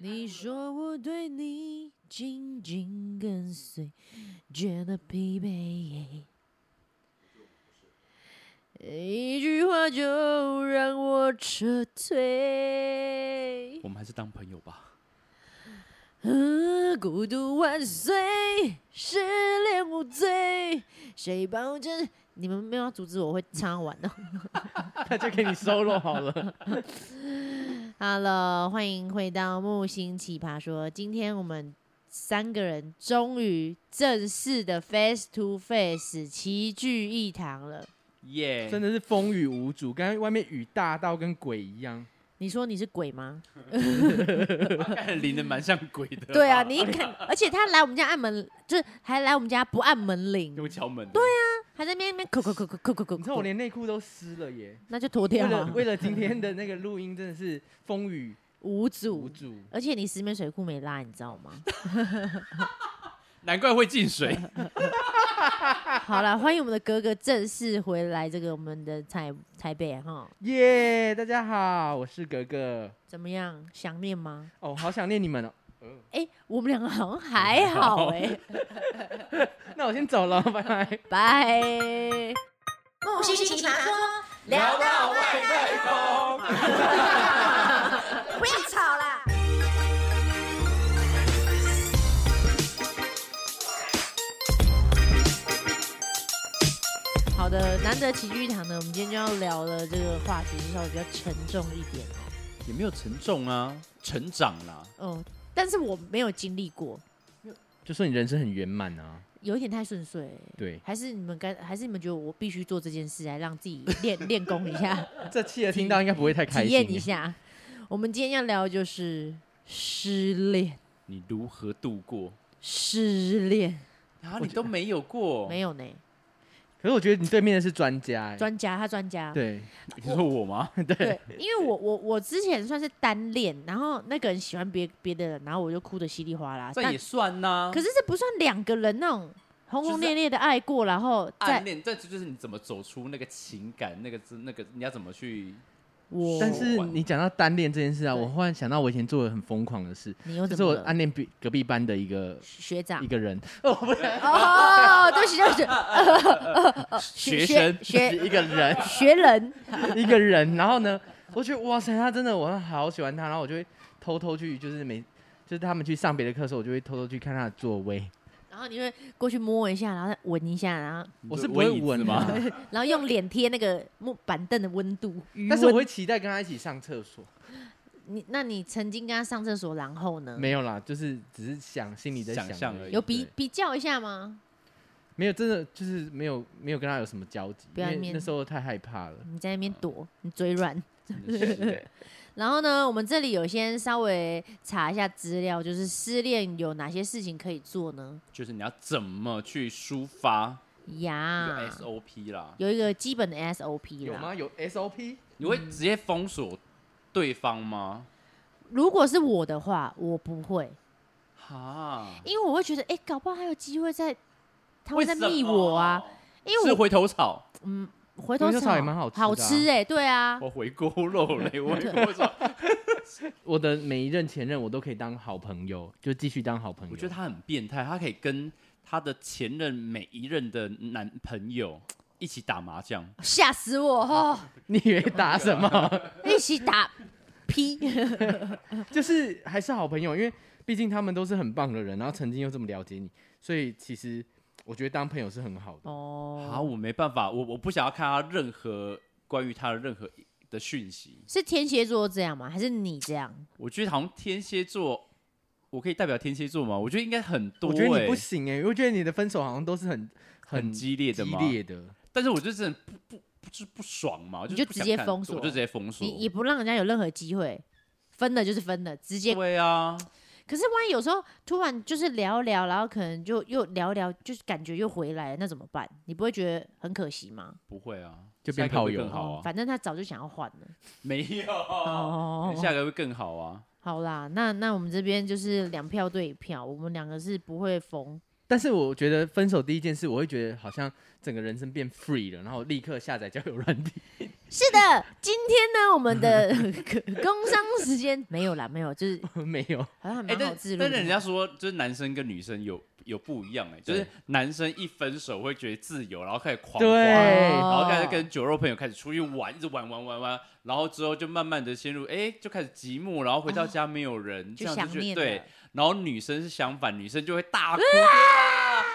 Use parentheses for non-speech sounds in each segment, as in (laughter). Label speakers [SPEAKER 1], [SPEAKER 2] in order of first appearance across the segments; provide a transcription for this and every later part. [SPEAKER 1] 你说我对你紧紧跟随，觉得疲惫。一句话就让我撤退。
[SPEAKER 2] 我们还是当朋友吧。
[SPEAKER 1] 啊，孤独万岁，失恋无罪，谁保证？你们没有要阻止我，我会唱完的。
[SPEAKER 2] 那 (laughs) 就给你收了好 (laughs) 了。
[SPEAKER 1] Hello，欢迎回到木星奇葩说。今天我们三个人终于正式的 face to face 齐聚一堂了。
[SPEAKER 2] 耶、 (laughs)
[SPEAKER 3] 真的是风雨无阻，刚才外面雨大到跟鬼一样。
[SPEAKER 1] 你说你是鬼吗？
[SPEAKER 2] 他看着淋的蛮像鬼的。
[SPEAKER 1] 对啊，你一看， (laughs) 而且他来我们家按门，就是还来我们家不按门铃，
[SPEAKER 2] 又敲门。对啊，
[SPEAKER 1] 还在那边那边叩叩叩叩叩叩
[SPEAKER 3] 你知道我
[SPEAKER 1] 叩，
[SPEAKER 3] 连内裤都湿了耶！
[SPEAKER 1] 那就脱
[SPEAKER 3] 为
[SPEAKER 1] 掉
[SPEAKER 3] 了
[SPEAKER 1] 啊，
[SPEAKER 3] 为了今天的那个录音，真的是风雨
[SPEAKER 1] 无
[SPEAKER 3] 无
[SPEAKER 1] 阻。
[SPEAKER 3] 阻。
[SPEAKER 1] 而且你十面水库没拉，你知道
[SPEAKER 3] (laughs)
[SPEAKER 1] 吗？
[SPEAKER 2] 难怪会进水。
[SPEAKER 1] 好了，欢迎我们的哥哥正式回来，这个我们的台台北啊哈，
[SPEAKER 3] 耶大家好，我是格格。
[SPEAKER 1] 怎么样？想念吗？
[SPEAKER 3] 哦，好想念你们哦。
[SPEAKER 1] 哎、我们两个好像还好哎、
[SPEAKER 3] 那我先走了，拜拜。
[SPEAKER 1] 拜。
[SPEAKER 4] 木星奇葩说，
[SPEAKER 2] 聊到外太空。 (laughs)
[SPEAKER 4] 不要吵啦！
[SPEAKER 1] 好的，难得齐聚一堂呢，我们今天就要聊的这个话题稍微比较沉重一点哦。
[SPEAKER 2] (laughs) 也没有沉重啊，成长啦。
[SPEAKER 1] 嗯，但是我没有经历过，
[SPEAKER 3] 就说你人生很圆满啊。
[SPEAKER 1] 有一点太顺遂。 (laughs)
[SPEAKER 3] 对，
[SPEAKER 1] 还是你们该，还是你们觉得我必须做这件事，来让自己练练功一下，
[SPEAKER 3] 这气的听到应该不会太开
[SPEAKER 1] 体
[SPEAKER 3] 心耶。
[SPEAKER 1] 验一下。我们今天要聊的就是失恋，
[SPEAKER 2] 你如何度过？
[SPEAKER 1] 失恋
[SPEAKER 2] 啊，你都没有过。
[SPEAKER 1] 没有呢？
[SPEAKER 3] 可是我觉得你对面的是专家耶。
[SPEAKER 1] 专家，他专家，
[SPEAKER 3] 哎 (laughs) 对，
[SPEAKER 2] 你说我 (laughs) 吗？
[SPEAKER 1] 对，因为我我我之前算是单恋，然后那个人喜欢别别的人，然后我就哭的稀里哗啦。
[SPEAKER 2] 这
[SPEAKER 1] 但
[SPEAKER 2] 也算呐、
[SPEAKER 1] 可是这不算两个人那种轰轰烈烈的爱过，然后
[SPEAKER 2] 暗
[SPEAKER 1] 再
[SPEAKER 2] 恋，这就是你怎么走出那个情感，那个是那个你要怎么去？
[SPEAKER 1] 我，
[SPEAKER 3] 但是你讲到单恋这件事啊，
[SPEAKER 1] 对
[SPEAKER 3] 我忽然想到我以前做的很疯狂的事，
[SPEAKER 1] 你又怎
[SPEAKER 3] 就是
[SPEAKER 1] 么
[SPEAKER 3] 我
[SPEAKER 1] 了啊
[SPEAKER 3] 暗恋壁隔壁班的一个
[SPEAKER 1] 学长
[SPEAKER 3] 一？个人， (laughs)
[SPEAKER 1] 哦，对不起，对不起，
[SPEAKER 2] 学生
[SPEAKER 1] 学学
[SPEAKER 3] (laughs) 一个人，
[SPEAKER 1] 学人，
[SPEAKER 3] 一个人，然后呢，我觉得哇塞，他真的我好喜欢他，然后我就会偷偷去，就是每就是他们去上别的课的时候，我就会偷偷去看他的座位，
[SPEAKER 1] 然后你会过去摸一下，然后再闻一下，然后
[SPEAKER 3] 我是
[SPEAKER 2] 你
[SPEAKER 3] 不
[SPEAKER 2] 说
[SPEAKER 3] 会
[SPEAKER 2] 椅子
[SPEAKER 3] 闻
[SPEAKER 2] 吗？
[SPEAKER 3] 的，
[SPEAKER 2] (laughs)
[SPEAKER 1] 然后用脸贴那个木板凳的温度。余
[SPEAKER 3] 但是我
[SPEAKER 1] 温
[SPEAKER 3] 会期待跟他一起上厕所。
[SPEAKER 1] 你，那你曾经跟他上厕所，然后呢？
[SPEAKER 3] (laughs) 没有啦，就是只是想心里在
[SPEAKER 2] 嗯想象而
[SPEAKER 3] 而
[SPEAKER 2] 已
[SPEAKER 3] 已，
[SPEAKER 1] 有比
[SPEAKER 3] 对
[SPEAKER 1] 比较一下吗？
[SPEAKER 3] 没有真的就是没有没有跟他有什么交集，
[SPEAKER 1] 不
[SPEAKER 3] 因
[SPEAKER 1] 要
[SPEAKER 3] 为
[SPEAKER 1] 面
[SPEAKER 3] 那时候太害怕了。
[SPEAKER 1] 你在那边躲，你嘴软。
[SPEAKER 2] 真的是
[SPEAKER 1] 然后呢，我们这里有先稍微查一下资料，就是失恋有哪些事情可以做呢？
[SPEAKER 2] 就是你要怎么去抒发一
[SPEAKER 1] 呀
[SPEAKER 2] 个，SOP 啦？
[SPEAKER 1] 有一个基本的 SOP
[SPEAKER 3] 有
[SPEAKER 1] 啦。
[SPEAKER 3] 吗？有 SOP？
[SPEAKER 2] 你会直接封锁对方吗？
[SPEAKER 1] 如果是我的话，我不会，
[SPEAKER 2] 哈，
[SPEAKER 1] 因为我会觉得，哎、搞不好还有机会在，他会在密我啊。因
[SPEAKER 2] 是
[SPEAKER 1] 为我
[SPEAKER 2] 回头草， (laughs)
[SPEAKER 1] 回头
[SPEAKER 3] 回头草也蛮好
[SPEAKER 1] 好
[SPEAKER 3] 吃的啊
[SPEAKER 1] 哎、对啊，
[SPEAKER 2] 我回锅肉
[SPEAKER 1] (laughs)
[SPEAKER 2] 嘞，我回锅草。
[SPEAKER 3] 我的每一任前任我都可以当好朋友，就继续当好朋友。
[SPEAKER 2] 我觉得他很变态，他可以跟他的前任每一任的男朋友一起打麻将，
[SPEAKER 1] 吓死我哦！
[SPEAKER 3] 你以为打什么？
[SPEAKER 1] 一起打 P，
[SPEAKER 3] (laughs) 就是还是好朋友，因为毕竟他们都是很棒的人，然后曾经又这么了解你，所以其实我觉得当朋友是很好的。
[SPEAKER 2] 啊，
[SPEAKER 1] 哦，
[SPEAKER 2] 我没办法，我我不想要看他任何关于他的任何的讯息。
[SPEAKER 1] 是天蝎座这样吗？还是你这样？
[SPEAKER 2] 我觉得好像天蝎座，我可以代表天蝎座吗？我觉得应该很多、
[SPEAKER 3] 我
[SPEAKER 2] 欸，
[SPEAKER 3] 觉得你不行哎、我觉得你的分手好像都是很
[SPEAKER 2] 很激烈的
[SPEAKER 3] 激
[SPEAKER 2] 吗？
[SPEAKER 3] 烈的，
[SPEAKER 2] 但是我就真的不不不就是不爽嘛，我
[SPEAKER 1] 你
[SPEAKER 2] 是
[SPEAKER 1] 就
[SPEAKER 2] 不想
[SPEAKER 1] 直接
[SPEAKER 2] 看
[SPEAKER 1] 封锁
[SPEAKER 2] 我就直接封锁。
[SPEAKER 1] 你也不让人家有任何机会，分了就是分了，直接。
[SPEAKER 2] 对啊，
[SPEAKER 1] 可是万一有时候突然就是聊一聊，然后可能就又聊一聊，就是感觉又回来了，那怎么办？你不会觉得很可惜吗？
[SPEAKER 2] 不会啊，
[SPEAKER 3] 就
[SPEAKER 2] 下
[SPEAKER 3] 变
[SPEAKER 2] 一个
[SPEAKER 3] 炮
[SPEAKER 2] 会
[SPEAKER 3] 友
[SPEAKER 2] 更好
[SPEAKER 1] 哦
[SPEAKER 2] 啊，
[SPEAKER 1] 反正他早就想要换了。
[SPEAKER 2] 没有，
[SPEAKER 1] 哦，
[SPEAKER 2] (laughs) 下个会更好啊。
[SPEAKER 1] 好啦，那那我们这边就是两票对一票，我们两个是不会疯。
[SPEAKER 3] 但是我觉得分手第一件事，我会觉得好像整个人生变 free 了，然后立刻下载交友软体， (laughs)
[SPEAKER 1] 是的，今天呢，我们的工商时间没有啦，没有，就是
[SPEAKER 3] 没有，
[SPEAKER 1] 好像还
[SPEAKER 2] 哎、
[SPEAKER 1] 蛮好
[SPEAKER 2] 但
[SPEAKER 1] 自录
[SPEAKER 2] 但是
[SPEAKER 1] 的
[SPEAKER 2] 人。家说，就是男生跟女生有有不一样哎、就是
[SPEAKER 3] 对
[SPEAKER 2] 男生一分手会觉得自由，然后开始狂欢，
[SPEAKER 3] 对，
[SPEAKER 1] 哦
[SPEAKER 2] 然后开始跟酒肉朋友开始出去玩，一直玩玩玩玩，然后之后就慢慢的陷入，哎、就开始寂寞，然后回到家没有人，这
[SPEAKER 1] 就
[SPEAKER 2] 样
[SPEAKER 1] 想
[SPEAKER 2] 就觉得
[SPEAKER 1] 念
[SPEAKER 2] 对
[SPEAKER 1] 了，
[SPEAKER 2] 然后女生是相反，女生就会大哭，啊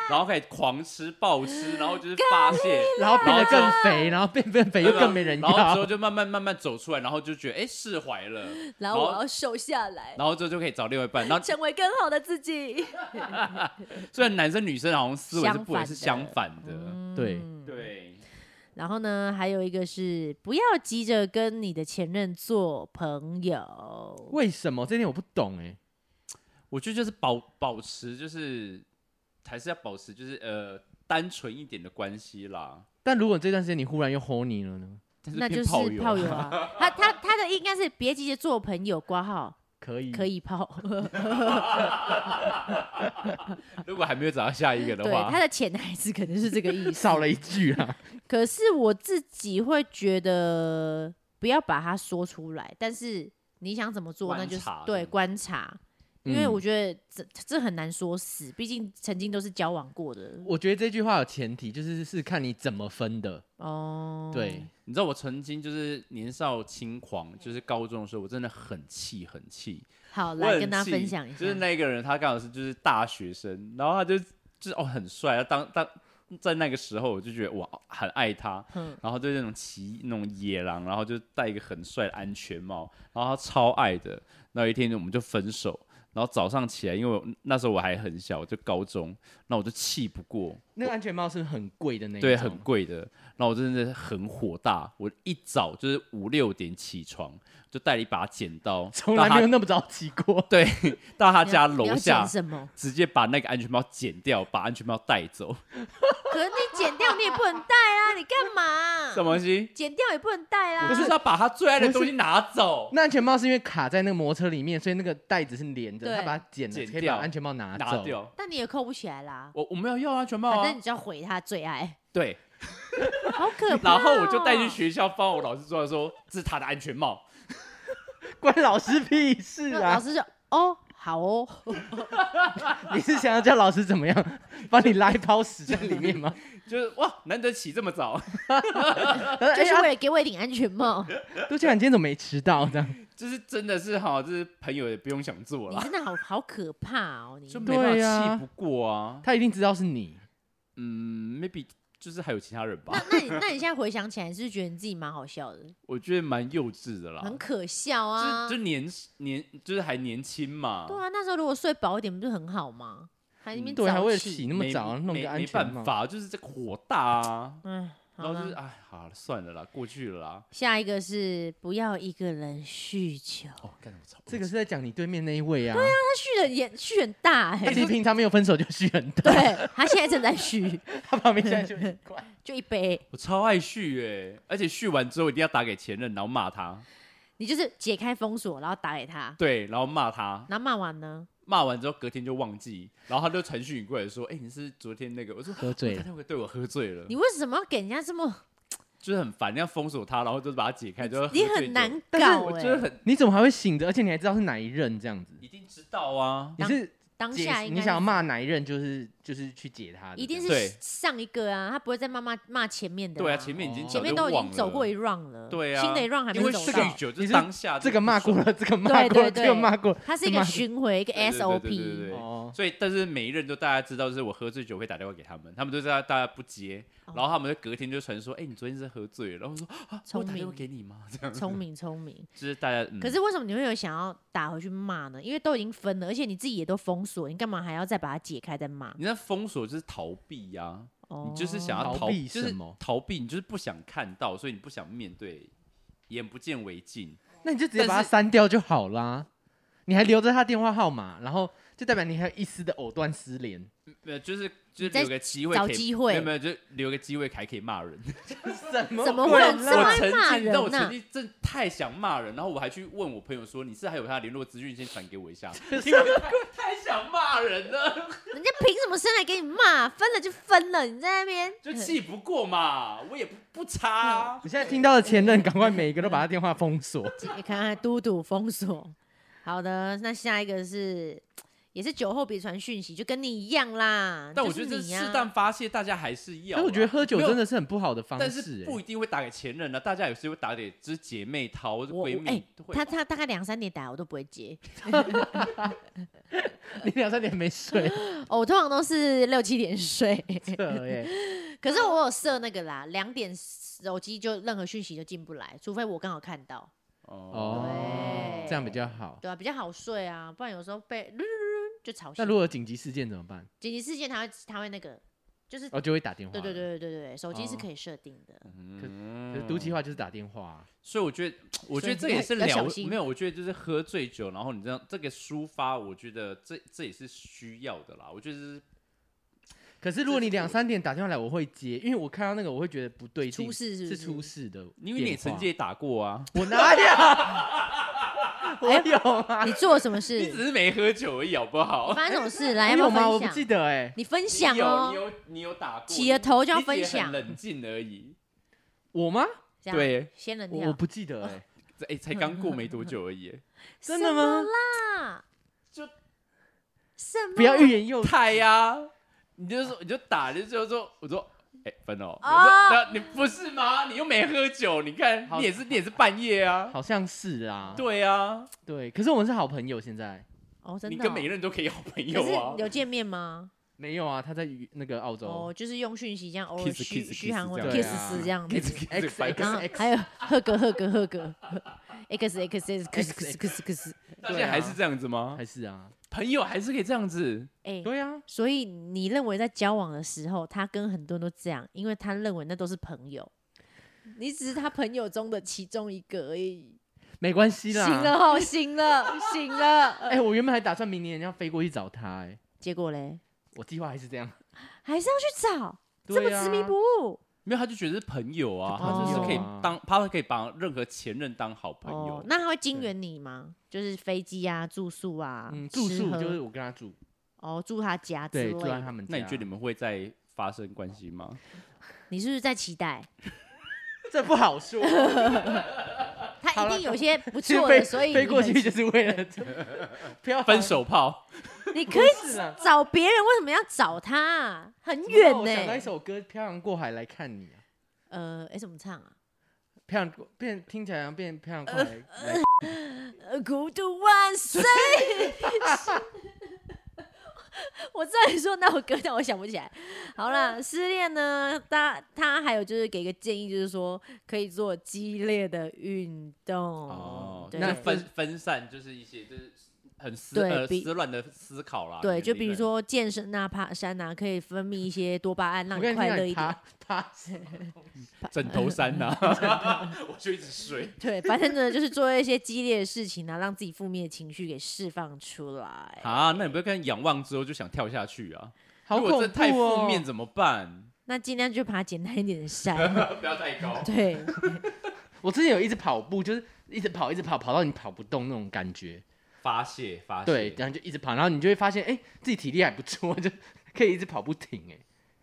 [SPEAKER 2] 然后开始狂吃暴吃，然后就是发泄，
[SPEAKER 3] (laughs) 然后变得更肥，然后变变 (laughs)
[SPEAKER 1] (laughs)
[SPEAKER 3] 肥又
[SPEAKER 1] 啊
[SPEAKER 2] 对吧
[SPEAKER 3] 更没人
[SPEAKER 2] 然后之后
[SPEAKER 3] 要。
[SPEAKER 2] 就慢慢慢慢走出来，然后就觉得哎、释怀了，
[SPEAKER 5] 然后我要瘦下来，
[SPEAKER 2] 然后之后就可以找另外一半，然后
[SPEAKER 5] 成为更好的自己。
[SPEAKER 2] 虽然男生女生好像思维是不一样是相
[SPEAKER 1] 相
[SPEAKER 2] 反的，
[SPEAKER 3] 对
[SPEAKER 1] 嗯
[SPEAKER 2] 对，
[SPEAKER 1] 然后呢，还有一个是不要急着跟你的前任做朋友。
[SPEAKER 3] 为什么这点我不懂哎？
[SPEAKER 2] 我觉得就是保保持就是还是要保持就是呃单纯一点的关系啦，
[SPEAKER 3] 但如果这段时间你忽然又 horny 了呢？
[SPEAKER 2] 但
[SPEAKER 1] 那
[SPEAKER 2] 变
[SPEAKER 1] 就是
[SPEAKER 2] 炮友
[SPEAKER 1] 炮友啊，他他他的应该是别急着做朋友，挂号
[SPEAKER 3] 可以，
[SPEAKER 1] 可以泡。
[SPEAKER 2] (laughs) 如果还没有找到下一个的
[SPEAKER 1] 对，
[SPEAKER 2] 话
[SPEAKER 1] 他，的潜台词可能是这个意思。
[SPEAKER 3] (laughs) 少了一句啊。
[SPEAKER 1] 可是我自己会觉得，不要把它说出来，但是你想怎么做，那
[SPEAKER 2] 观
[SPEAKER 1] 就是
[SPEAKER 2] 察
[SPEAKER 1] 对
[SPEAKER 2] 对
[SPEAKER 1] 观察，因为
[SPEAKER 3] 嗯
[SPEAKER 1] 我觉得这这很难说死，毕竟曾经都是交往过的
[SPEAKER 3] 我觉得这句话有前提，就是是看你怎么分的。
[SPEAKER 1] 哦。
[SPEAKER 3] 对，，
[SPEAKER 2] 你知道我曾经就是年少轻狂，就是高中的时候，我真的很气很气，
[SPEAKER 1] 好，
[SPEAKER 2] 我
[SPEAKER 1] 来
[SPEAKER 2] 很
[SPEAKER 1] 跟大家
[SPEAKER 2] 气
[SPEAKER 1] 分享一下，
[SPEAKER 2] 就是那个人他刚好是就是大学生，然后他就就是哦很帅，他当当在那个时候我就觉得哇很爱他，
[SPEAKER 1] 嗯
[SPEAKER 2] 然后对那种骑那种野狼，然后就戴一个很帅的安全帽，然后他超爱的。那有一天我们就分手，然后早上起来，因为我那时候我还很小，我就高中，那我就气不过，
[SPEAKER 3] 那个安全帽是不是很贵的那一
[SPEAKER 2] 对，
[SPEAKER 3] 种
[SPEAKER 2] 很贵的，然后我真的是很火大，我一早就是五六点起床，就带了一把剪刀，
[SPEAKER 3] (laughs) 从
[SPEAKER 2] 到
[SPEAKER 3] 来没有
[SPEAKER 2] 他
[SPEAKER 3] 那么早起过。
[SPEAKER 2] 对 (laughs) 到他
[SPEAKER 1] 你
[SPEAKER 2] 家
[SPEAKER 1] 要你
[SPEAKER 2] 楼
[SPEAKER 1] 要
[SPEAKER 2] 下
[SPEAKER 1] 剪。什么？
[SPEAKER 2] 直接把那个安全帽剪掉，把安全帽带走，
[SPEAKER 1] 嗯可是你剪掉你也不能戴啊，你干嘛？
[SPEAKER 2] 什么东西？
[SPEAKER 1] 剪掉也不能戴啊
[SPEAKER 2] 我就是
[SPEAKER 1] 啦。
[SPEAKER 2] 要把他最爱的
[SPEAKER 3] 不是
[SPEAKER 2] 东西拿走，
[SPEAKER 3] (laughs) 那安全帽是因为卡在那个摩托车里面，所以那个带子是连着，
[SPEAKER 5] 对
[SPEAKER 3] 他把它剪了，
[SPEAKER 2] 剪
[SPEAKER 3] 可以
[SPEAKER 2] 掉
[SPEAKER 3] 把安全帽拿
[SPEAKER 2] 拿
[SPEAKER 3] 走。
[SPEAKER 2] 掉。
[SPEAKER 1] 但你也扣不起来啦，
[SPEAKER 2] 我我没有用安全帽啊，
[SPEAKER 1] 反正你就要毁他最
[SPEAKER 2] (laughs)
[SPEAKER 1] 爱，
[SPEAKER 2] 对，
[SPEAKER 1] 好可怕哦。
[SPEAKER 2] 然后我就带去学校，帮我老师说说这是他的安全帽，
[SPEAKER 3] 关老师屁事
[SPEAKER 1] 那老
[SPEAKER 3] 啊！
[SPEAKER 1] 师就哦，好哦，
[SPEAKER 3] (laughs) 你是想要叫老师怎么样， (laughs) 把你拉一泡屎在里 (laughs) 面吗？
[SPEAKER 2] 就是哇，难得起这么早， (laughs)
[SPEAKER 1] 就
[SPEAKER 3] 就是
[SPEAKER 2] 啊
[SPEAKER 1] 为了给我一顶安全帽。
[SPEAKER 3] 杜倩，你今天怎么没迟到呢？
[SPEAKER 2] 就是真的是哈，就是朋友也不用想做
[SPEAKER 1] 你
[SPEAKER 2] 了，
[SPEAKER 1] 真的好好可怕哦！你
[SPEAKER 2] 就
[SPEAKER 1] 嗯
[SPEAKER 2] 没办
[SPEAKER 3] 对
[SPEAKER 2] 法
[SPEAKER 3] 啊
[SPEAKER 2] 气不过啊。
[SPEAKER 3] 他一定知道是你，
[SPEAKER 2] 嗯，maybe 就是还有其他人吧
[SPEAKER 1] 那，那你那你现在回想起来，你是不是觉得你自己蛮好笑的，
[SPEAKER 2] 我觉得蛮幼稚的啦，
[SPEAKER 1] 很可笑啊。
[SPEAKER 2] 就
[SPEAKER 1] 对
[SPEAKER 2] 就年年就是还年轻嘛，
[SPEAKER 1] 啊，那时候如果睡饱一点，不是很好吗？还在那边
[SPEAKER 3] 对，还为
[SPEAKER 1] 早
[SPEAKER 3] 了
[SPEAKER 1] 起
[SPEAKER 3] 起，那么
[SPEAKER 2] 没
[SPEAKER 3] 早弄
[SPEAKER 2] 没
[SPEAKER 3] 个安
[SPEAKER 2] 没
[SPEAKER 3] 全
[SPEAKER 2] 办
[SPEAKER 3] 帽，
[SPEAKER 2] 法，就是这个火大啊，
[SPEAKER 1] 嗯，
[SPEAKER 2] 然
[SPEAKER 1] 好
[SPEAKER 2] 后就是
[SPEAKER 1] 了。
[SPEAKER 2] 哎，好了，算了啦，过去了啦。
[SPEAKER 1] 下一个是不要一个人酗酒，
[SPEAKER 2] 哦，干什么操？
[SPEAKER 3] 这个是在讲你对面那一位啊。
[SPEAKER 1] 他酗的也酗很大哎、
[SPEAKER 3] 他 (laughs) 其实平常没有分手就续很大，
[SPEAKER 1] 对他现在正在酗，
[SPEAKER 3] 他旁边现在就一 (laughs) 块。
[SPEAKER 1] 就一杯，
[SPEAKER 2] 我超爱续哎、而且续完之后一定要打给前任，然后骂他，
[SPEAKER 1] 你就是解开封锁，然后打给他，
[SPEAKER 2] 对，然后骂他，
[SPEAKER 1] 然后骂完呢，
[SPEAKER 2] 骂完之后隔天就忘记，然后他就传讯息过来说：“哎、你是昨天那个？”我说：“
[SPEAKER 3] 喝醉了
[SPEAKER 2] 他那个对我喝醉了。
[SPEAKER 1] 你为什么要给人家这么？
[SPEAKER 2] 就是很烦，要封锁他，然后就把他解开，就
[SPEAKER 1] 你很难，搞
[SPEAKER 3] 但是
[SPEAKER 2] 我
[SPEAKER 1] 哎、
[SPEAKER 2] 就是很
[SPEAKER 3] 你怎么还会醒着？而且你还知道是哪一任这样子？
[SPEAKER 2] 一定知道啊。
[SPEAKER 3] 你是
[SPEAKER 1] 当
[SPEAKER 3] 解
[SPEAKER 1] 下应
[SPEAKER 3] 你
[SPEAKER 1] 该
[SPEAKER 3] 想要
[SPEAKER 1] 是
[SPEAKER 3] 骂哪一任，就是就是去解他的这样，
[SPEAKER 1] 一定
[SPEAKER 2] 对
[SPEAKER 1] 是上一个啊，他不会再骂骂骂前面的、
[SPEAKER 2] 对啊，前面已经
[SPEAKER 3] 哦
[SPEAKER 2] 早
[SPEAKER 1] 前面
[SPEAKER 2] 就
[SPEAKER 1] 都已
[SPEAKER 2] 忘
[SPEAKER 1] 经走过一
[SPEAKER 2] 了
[SPEAKER 1] round 了，
[SPEAKER 2] 对啊，
[SPEAKER 1] 新的一 round 还没
[SPEAKER 2] 因为
[SPEAKER 1] 走
[SPEAKER 2] 酗
[SPEAKER 1] 到。
[SPEAKER 2] 酒就
[SPEAKER 3] 你
[SPEAKER 2] 是
[SPEAKER 3] 是
[SPEAKER 2] 当下
[SPEAKER 3] 啊这个骂过
[SPEAKER 2] 了，
[SPEAKER 3] 了，这个骂过了，
[SPEAKER 1] 对对
[SPEAKER 3] 这个骂过了，
[SPEAKER 1] 它是一个巡回，一个
[SPEAKER 2] 对对对对对对
[SPEAKER 1] SOP
[SPEAKER 2] 对。
[SPEAKER 3] 哦，
[SPEAKER 2] 所以，但是每一任都大家知道，就是我喝醉酒会打电话给他们，他们都知道大家不接，
[SPEAKER 1] 哦
[SPEAKER 2] 然后他们就隔天就传说，哎、你昨天是喝醉了，然后我说啊，我
[SPEAKER 1] 聪
[SPEAKER 2] 有打电话
[SPEAKER 1] 明
[SPEAKER 2] 给你吗？这样子，
[SPEAKER 1] 聪明聪明。
[SPEAKER 2] 就是大家，嗯、
[SPEAKER 1] 可是为什么你会有想要打回去骂呢？因为都已经分了，而且你自己也都封锁，你干嘛还要再把它解开再骂？
[SPEAKER 2] 你那封锁就是逃避呀、
[SPEAKER 1] 哦
[SPEAKER 2] 你就是想要
[SPEAKER 3] 逃
[SPEAKER 2] 逃
[SPEAKER 3] 避
[SPEAKER 2] 就是
[SPEAKER 3] 什么
[SPEAKER 2] 逃避，你就是不想看到，所以你不想面对，眼不见为净。
[SPEAKER 3] 那你就直接把它删掉就好啦。你还留着他电话号码，然后就代表你还有一丝的藕断丝连。
[SPEAKER 2] 没有，呃就是就是
[SPEAKER 1] 在
[SPEAKER 2] 留个机会
[SPEAKER 1] 找
[SPEAKER 2] 可以，
[SPEAKER 1] 机会
[SPEAKER 2] 没有没有，就留个机会还可以
[SPEAKER 1] (laughs)
[SPEAKER 2] 骂人。
[SPEAKER 3] 什么
[SPEAKER 1] 怎么
[SPEAKER 3] 鬼
[SPEAKER 1] 会有
[SPEAKER 2] 我
[SPEAKER 1] 这么爱
[SPEAKER 2] 曾
[SPEAKER 1] 骂
[SPEAKER 2] 经，你知道我
[SPEAKER 1] 人
[SPEAKER 2] 曾
[SPEAKER 1] 呐？
[SPEAKER 2] 经真的太想骂人，然后我还去问我朋友说，你是还有他的联络资讯，先传给我一下，因为太想骂人了，
[SPEAKER 1] 人家凭什么生来给你骂？分了就分了，你在那边
[SPEAKER 2] 就气不过嘛，我也不不差、啊。
[SPEAKER 3] 你现在听到的前任，赶快每一个都把他电话
[SPEAKER 2] (laughs)
[SPEAKER 3] 封锁。
[SPEAKER 1] (laughs) 你看看都督封锁。好的，那下一个是也是酒后别传讯息，就跟你一样啦。
[SPEAKER 2] 但
[SPEAKER 1] 就
[SPEAKER 2] 我觉
[SPEAKER 1] 是
[SPEAKER 2] 得这
[SPEAKER 1] 你啊呀
[SPEAKER 2] 适当发泄，大家还是要
[SPEAKER 3] 所
[SPEAKER 2] 啦。
[SPEAKER 3] 哎以我觉得喝酒
[SPEAKER 2] 没有
[SPEAKER 3] 真的是很不好的方式、欸
[SPEAKER 2] 但是不一定会打给前任呢、啊大家有时候会打给就是姐妹淘或者
[SPEAKER 1] 我
[SPEAKER 2] 闺
[SPEAKER 1] 我哎
[SPEAKER 2] 蜜，都会
[SPEAKER 1] 他他大概两三点打我都不会接，
[SPEAKER 3] 欸你两三年没
[SPEAKER 1] (laughs)
[SPEAKER 3] 睡，欸
[SPEAKER 1] 哦，我通常都是六七点睡，
[SPEAKER 3] 对耶，
[SPEAKER 1] 可是我有设那个啦，两点手机就任何讯息就进不来，除非我刚好看到，
[SPEAKER 3] 哦
[SPEAKER 1] 对，
[SPEAKER 3] 这样比较好。
[SPEAKER 1] 对啊，比较好睡啊，不然有时候被噜噜噜噜就吵醒
[SPEAKER 3] 那。如果有紧急事件怎么办？
[SPEAKER 1] 紧急事件他会他会那个，就是
[SPEAKER 3] 哦，就会打电话。
[SPEAKER 1] 对对，对对对对，手机是
[SPEAKER 3] 哦
[SPEAKER 1] 可以设定的。
[SPEAKER 2] 嗯
[SPEAKER 3] 就是毒气化就是打电话啊、
[SPEAKER 2] 所以我觉得，我觉得这
[SPEAKER 1] 要
[SPEAKER 2] 也是
[SPEAKER 1] 要小
[SPEAKER 2] 了
[SPEAKER 1] 心
[SPEAKER 2] 没有，我觉得就是喝醉酒，然后你这样这个抒发，我觉得这这也是需要的啦。我觉得是
[SPEAKER 3] 可是如果你两三点打电话来，我会接，因为我看到那个我会觉得不对劲，
[SPEAKER 1] 出事是不
[SPEAKER 3] 是
[SPEAKER 1] 是
[SPEAKER 3] 出事的电话。
[SPEAKER 2] 因为你也曾经也打过啊，
[SPEAKER 3] 我哪有？啊
[SPEAKER 1] (laughs)
[SPEAKER 3] 我有吗？
[SPEAKER 1] 你做了什么
[SPEAKER 3] (laughs)
[SPEAKER 1] 事？
[SPEAKER 2] 你只是没喝酒而已，好不好？
[SPEAKER 1] 发生什么事？来，要
[SPEAKER 3] 我
[SPEAKER 1] 不要
[SPEAKER 3] 有吗？我
[SPEAKER 1] 分
[SPEAKER 3] 不
[SPEAKER 1] 享？
[SPEAKER 3] 记得哎、
[SPEAKER 1] 你分享
[SPEAKER 2] 你有你
[SPEAKER 1] 哦，
[SPEAKER 2] 有你有打过，
[SPEAKER 1] 起了头就要
[SPEAKER 2] 你只是
[SPEAKER 1] 分享
[SPEAKER 2] 很冷静而已。
[SPEAKER 3] 我吗？
[SPEAKER 1] 这样，哦
[SPEAKER 2] 对，
[SPEAKER 1] 仙人
[SPEAKER 3] 我我
[SPEAKER 1] 跳，
[SPEAKER 3] 不记得哎、
[SPEAKER 2] 这哎，才刚过没多久
[SPEAKER 1] (laughs)
[SPEAKER 2] 而已，
[SPEAKER 3] 真的吗？
[SPEAKER 1] 啊，
[SPEAKER 2] 就
[SPEAKER 1] 什么？
[SPEAKER 3] 不要欲言又止。
[SPEAKER 2] 太呀，你就说你就打，你就说我说。哎，分哦！我说
[SPEAKER 1] 哦
[SPEAKER 2] 那你不是吗？你又没喝酒，你看
[SPEAKER 3] 好
[SPEAKER 2] 你也是你也是半夜啊，
[SPEAKER 3] 好像是啊，
[SPEAKER 2] 对啊，
[SPEAKER 3] 对，可是我们是好朋友，现在
[SPEAKER 1] 哦，真的
[SPEAKER 2] 你
[SPEAKER 1] 哦。
[SPEAKER 2] 跟每一任都可以好朋友
[SPEAKER 1] 可
[SPEAKER 2] 啊
[SPEAKER 1] 是。有见面吗？
[SPEAKER 3] 没有啊，他在于那个澳洲。
[SPEAKER 1] 哦，就是用讯息这样偶尔
[SPEAKER 2] Kiss,
[SPEAKER 1] 嘘
[SPEAKER 2] kiss,
[SPEAKER 1] 嘘寒
[SPEAKER 2] kiss
[SPEAKER 1] 问
[SPEAKER 2] 这
[SPEAKER 3] 样
[SPEAKER 1] kiss 死这样子。
[SPEAKER 3] X X
[SPEAKER 1] 然后
[SPEAKER 3] X
[SPEAKER 1] 还有赫格赫格赫 (laughs) 格 x x x x x x x，
[SPEAKER 2] 大家还是这样子吗？
[SPEAKER 3] 还是啊，
[SPEAKER 2] 朋友还是可以这样子，
[SPEAKER 1] 哎，
[SPEAKER 3] 对啊，
[SPEAKER 1] 所以你认为在交往的时候，他跟很多人都这样，因为他认为那都是朋友，你只是他朋友中的其中一个而已。
[SPEAKER 3] 没关系
[SPEAKER 1] 行
[SPEAKER 3] 啦。
[SPEAKER 1] 了哦，行了，行了。 (laughs)
[SPEAKER 3] 哎、我原本还打算明年要飞过去找他、哎，
[SPEAKER 1] 结果嘞，
[SPEAKER 3] 我计划还是这样。
[SPEAKER 1] 还是要去找，这
[SPEAKER 3] 对
[SPEAKER 1] 么
[SPEAKER 3] 啊
[SPEAKER 1] 执迷不悟。
[SPEAKER 2] 没有他就觉得是朋友啊，
[SPEAKER 3] 就
[SPEAKER 2] 他
[SPEAKER 1] 朋
[SPEAKER 2] 就
[SPEAKER 1] 友
[SPEAKER 2] 是可以
[SPEAKER 3] 啊
[SPEAKER 2] 当，他可以把任何前任当好朋
[SPEAKER 1] 哦
[SPEAKER 2] 友，。
[SPEAKER 1] 那他会金援你吗？就是飞机啊、住宿啊、
[SPEAKER 3] 嗯，住
[SPEAKER 1] 吃
[SPEAKER 3] 宿
[SPEAKER 1] 喝
[SPEAKER 3] 就是我跟他住，
[SPEAKER 1] 哦，住他家之
[SPEAKER 3] 对，
[SPEAKER 1] 类
[SPEAKER 3] 住在
[SPEAKER 1] 的。
[SPEAKER 3] 他们家。
[SPEAKER 2] 那你觉得你们会再发生关系吗？
[SPEAKER 1] 你是不是在期待？
[SPEAKER 3] 这不好
[SPEAKER 1] (laughs)
[SPEAKER 3] 说，
[SPEAKER 1] 他
[SPEAKER 3] 好
[SPEAKER 1] 一
[SPEAKER 3] 了
[SPEAKER 1] 定有些不
[SPEAKER 3] 去
[SPEAKER 1] 错
[SPEAKER 3] 飞
[SPEAKER 1] 的，所以你
[SPEAKER 3] 飞过去
[SPEAKER 1] 很
[SPEAKER 3] 就是为了这不
[SPEAKER 1] 哦
[SPEAKER 3] 要
[SPEAKER 2] 分。手炮，
[SPEAKER 1] 你
[SPEAKER 3] 不
[SPEAKER 1] 可以
[SPEAKER 3] 是啦，
[SPEAKER 1] 找别人，为什么要找他啊？很远
[SPEAKER 3] 我想到一
[SPEAKER 1] 呢。
[SPEAKER 3] 首歌《漂洋过海来看你》啊，
[SPEAKER 1] 呃，哎，怎么唱啊？
[SPEAKER 3] 漂洋过变听起来好像变漂洋过海来。
[SPEAKER 1] 呃，孤独万岁！ (laughs) 我知道你说那首歌，但我想不起来。好啦，失恋呢，大他还有就是给一个建议，就是说可以做激烈的运动。
[SPEAKER 2] 哦，
[SPEAKER 1] 对
[SPEAKER 2] 那分分散就是一些就是很思
[SPEAKER 1] 对
[SPEAKER 2] 呃
[SPEAKER 1] 比
[SPEAKER 2] 思乱的思考啦。
[SPEAKER 1] 对，
[SPEAKER 2] 你
[SPEAKER 1] 就
[SPEAKER 2] 的
[SPEAKER 1] 比如
[SPEAKER 2] 理论，
[SPEAKER 1] 说健身啊、爬山啊，可以分泌一些多巴胺，
[SPEAKER 3] 我
[SPEAKER 1] 让
[SPEAKER 3] 跟
[SPEAKER 1] 你
[SPEAKER 3] 你
[SPEAKER 1] 快乐
[SPEAKER 3] 讲，
[SPEAKER 1] 一
[SPEAKER 3] 你
[SPEAKER 1] 点。
[SPEAKER 3] 爬爬
[SPEAKER 1] (laughs)
[SPEAKER 3] 山，
[SPEAKER 2] 枕头山呐，我就一直
[SPEAKER 1] (laughs)
[SPEAKER 2] 睡。
[SPEAKER 1] 对，反正呢就是做一些激烈的事情啊，让自己负面情绪给释放出来。
[SPEAKER 2] 啊，那你不要看仰望之后就想跳下去啊？
[SPEAKER 3] 好
[SPEAKER 2] 如
[SPEAKER 3] 恐怖
[SPEAKER 2] 果这
[SPEAKER 3] 哦！
[SPEAKER 2] 太负面怎么办？
[SPEAKER 1] 那尽量就爬简单一点的山。
[SPEAKER 2] (laughs) 不要太高。
[SPEAKER 1] 对，
[SPEAKER 3] 我之前有一直跑步，就是一直跑，一直跑，跑到你跑不动那种感觉。
[SPEAKER 2] 发泄发泄。
[SPEAKER 3] 对，然后就一直跑，然后你就会发现，哎、自己体力还不错，就可以一直跑不停、哎，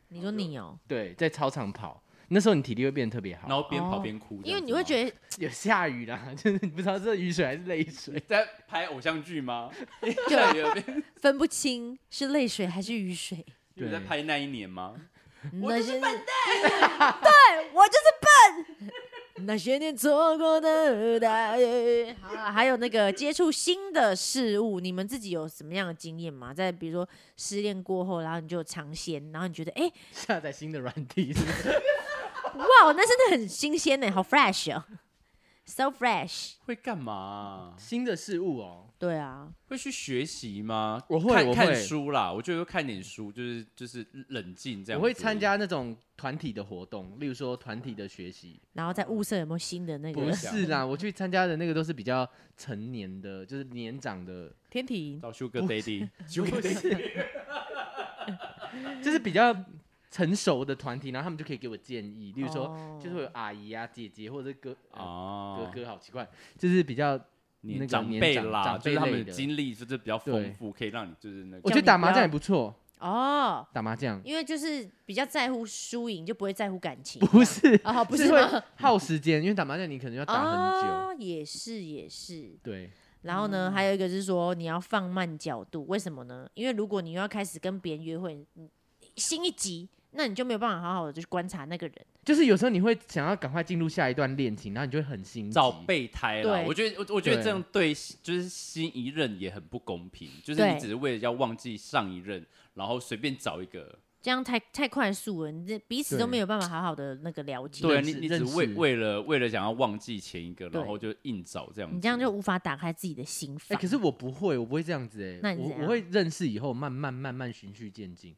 [SPEAKER 1] 你说你哦、
[SPEAKER 3] 对，在操场跑，那时候你体力会变得特别
[SPEAKER 2] 然
[SPEAKER 3] 好。
[SPEAKER 2] 后边跑
[SPEAKER 1] 哦
[SPEAKER 2] 边哭这样子吗，
[SPEAKER 1] 因为你会觉得
[SPEAKER 3] 有下雨啦， (laughs) 就是你不知道是雨水还是泪水。
[SPEAKER 2] 在拍偶像
[SPEAKER 1] (laughs)
[SPEAKER 2] 剧吗？在有 (laughs) 边
[SPEAKER 1] 分不清是泪水还是雨水。
[SPEAKER 2] 你们在拍那一年吗？
[SPEAKER 1] 那些笨蛋， (laughs) 对我就是笨。 (laughs) 那些年错过的大雨，好了，还有那个接触新的事物，你们自己有什么样的经验吗？在比如说失恋过后，然后你就尝鲜，然后你觉得哎、
[SPEAKER 3] 下
[SPEAKER 1] (laughs)
[SPEAKER 3] 载新的软体是不是，
[SPEAKER 1] 哇，那真的很新鲜呢、好 fresh 哦。 so fresh。
[SPEAKER 2] 会干嘛啊、
[SPEAKER 3] 新的事物哦，
[SPEAKER 1] 对啊，
[SPEAKER 2] 会去学习吗？
[SPEAKER 3] 我会
[SPEAKER 2] 看
[SPEAKER 3] 我会
[SPEAKER 2] 看书啦，我觉得看点书，就是就是冷静这样。
[SPEAKER 3] 我会参，加那种团体的活动，例如说团体的学习。
[SPEAKER 1] 然后再物色有没有新的那
[SPEAKER 3] 不
[SPEAKER 1] 个
[SPEAKER 3] 是啦，我去参加的那个都是比较成年的，就是年长的，
[SPEAKER 1] 天体。
[SPEAKER 2] 到 Sugar Daddy，
[SPEAKER 3] 不是， (laughs) 就是比较成熟的团体，然后他们就可以给我建议，例如说，
[SPEAKER 1] 哦
[SPEAKER 3] 就是会有阿姨啊、姐姐或者是哥、啊哥
[SPEAKER 2] 哦，
[SPEAKER 3] 哥，好奇怪，就是比较
[SPEAKER 2] 年
[SPEAKER 3] 那个
[SPEAKER 2] 长
[SPEAKER 3] 年
[SPEAKER 2] 辈
[SPEAKER 3] 长
[SPEAKER 2] 啦，
[SPEAKER 3] 长
[SPEAKER 2] 就
[SPEAKER 3] 辈
[SPEAKER 2] 是他
[SPEAKER 3] 类
[SPEAKER 2] 们
[SPEAKER 3] 的
[SPEAKER 2] 经历就是比较丰
[SPEAKER 3] 对
[SPEAKER 2] 富，可以让你就是那个。
[SPEAKER 3] 我
[SPEAKER 1] 叫
[SPEAKER 3] 觉得
[SPEAKER 1] 你
[SPEAKER 3] 打
[SPEAKER 1] 不
[SPEAKER 3] 麻将
[SPEAKER 1] 要
[SPEAKER 3] 也不错，
[SPEAKER 1] 哦，
[SPEAKER 3] 打麻将
[SPEAKER 1] 因为就是比较在乎输赢，就不会在乎感情。
[SPEAKER 3] 不是
[SPEAKER 1] 哦，不是
[SPEAKER 3] 会
[SPEAKER 1] 吗？
[SPEAKER 3] 耗时间，因为打麻将你可能要打很久。嗯
[SPEAKER 1] 哦，也是也是。
[SPEAKER 3] 对，
[SPEAKER 1] 然后呢，还有一个是说你要放慢角度，为什么呢？因为如果你又要开始跟别人约会，你新一集，那你就没有办法好好的去观察那个人。
[SPEAKER 3] 就是有时候你会想要赶快进入下一段恋情，然后你就会很心急。
[SPEAKER 2] 找备胎啦，
[SPEAKER 1] 对
[SPEAKER 2] 我觉得我我觉得
[SPEAKER 3] 对
[SPEAKER 2] 这样对就是新一任也很不公平，就是
[SPEAKER 1] 对
[SPEAKER 2] 你只是为了要忘记上一任，然后随便找一个，
[SPEAKER 1] 这样太太快速了，你这彼此都
[SPEAKER 3] 对
[SPEAKER 1] 没有办法好好的那个了解，
[SPEAKER 2] 对啊
[SPEAKER 3] 认
[SPEAKER 2] 你
[SPEAKER 3] 识
[SPEAKER 2] 你只
[SPEAKER 3] 认识
[SPEAKER 2] 为为了为了想要忘记前一个，
[SPEAKER 1] 对
[SPEAKER 2] 然后就硬找这样子，
[SPEAKER 1] 你这样就无法打开自己的心
[SPEAKER 3] 哎、
[SPEAKER 1] 房。
[SPEAKER 3] 可是我不会，我不会这样子哎、
[SPEAKER 1] 那你
[SPEAKER 3] 我
[SPEAKER 1] 怎样
[SPEAKER 3] 我会认识以后，慢慢慢慢循序渐进，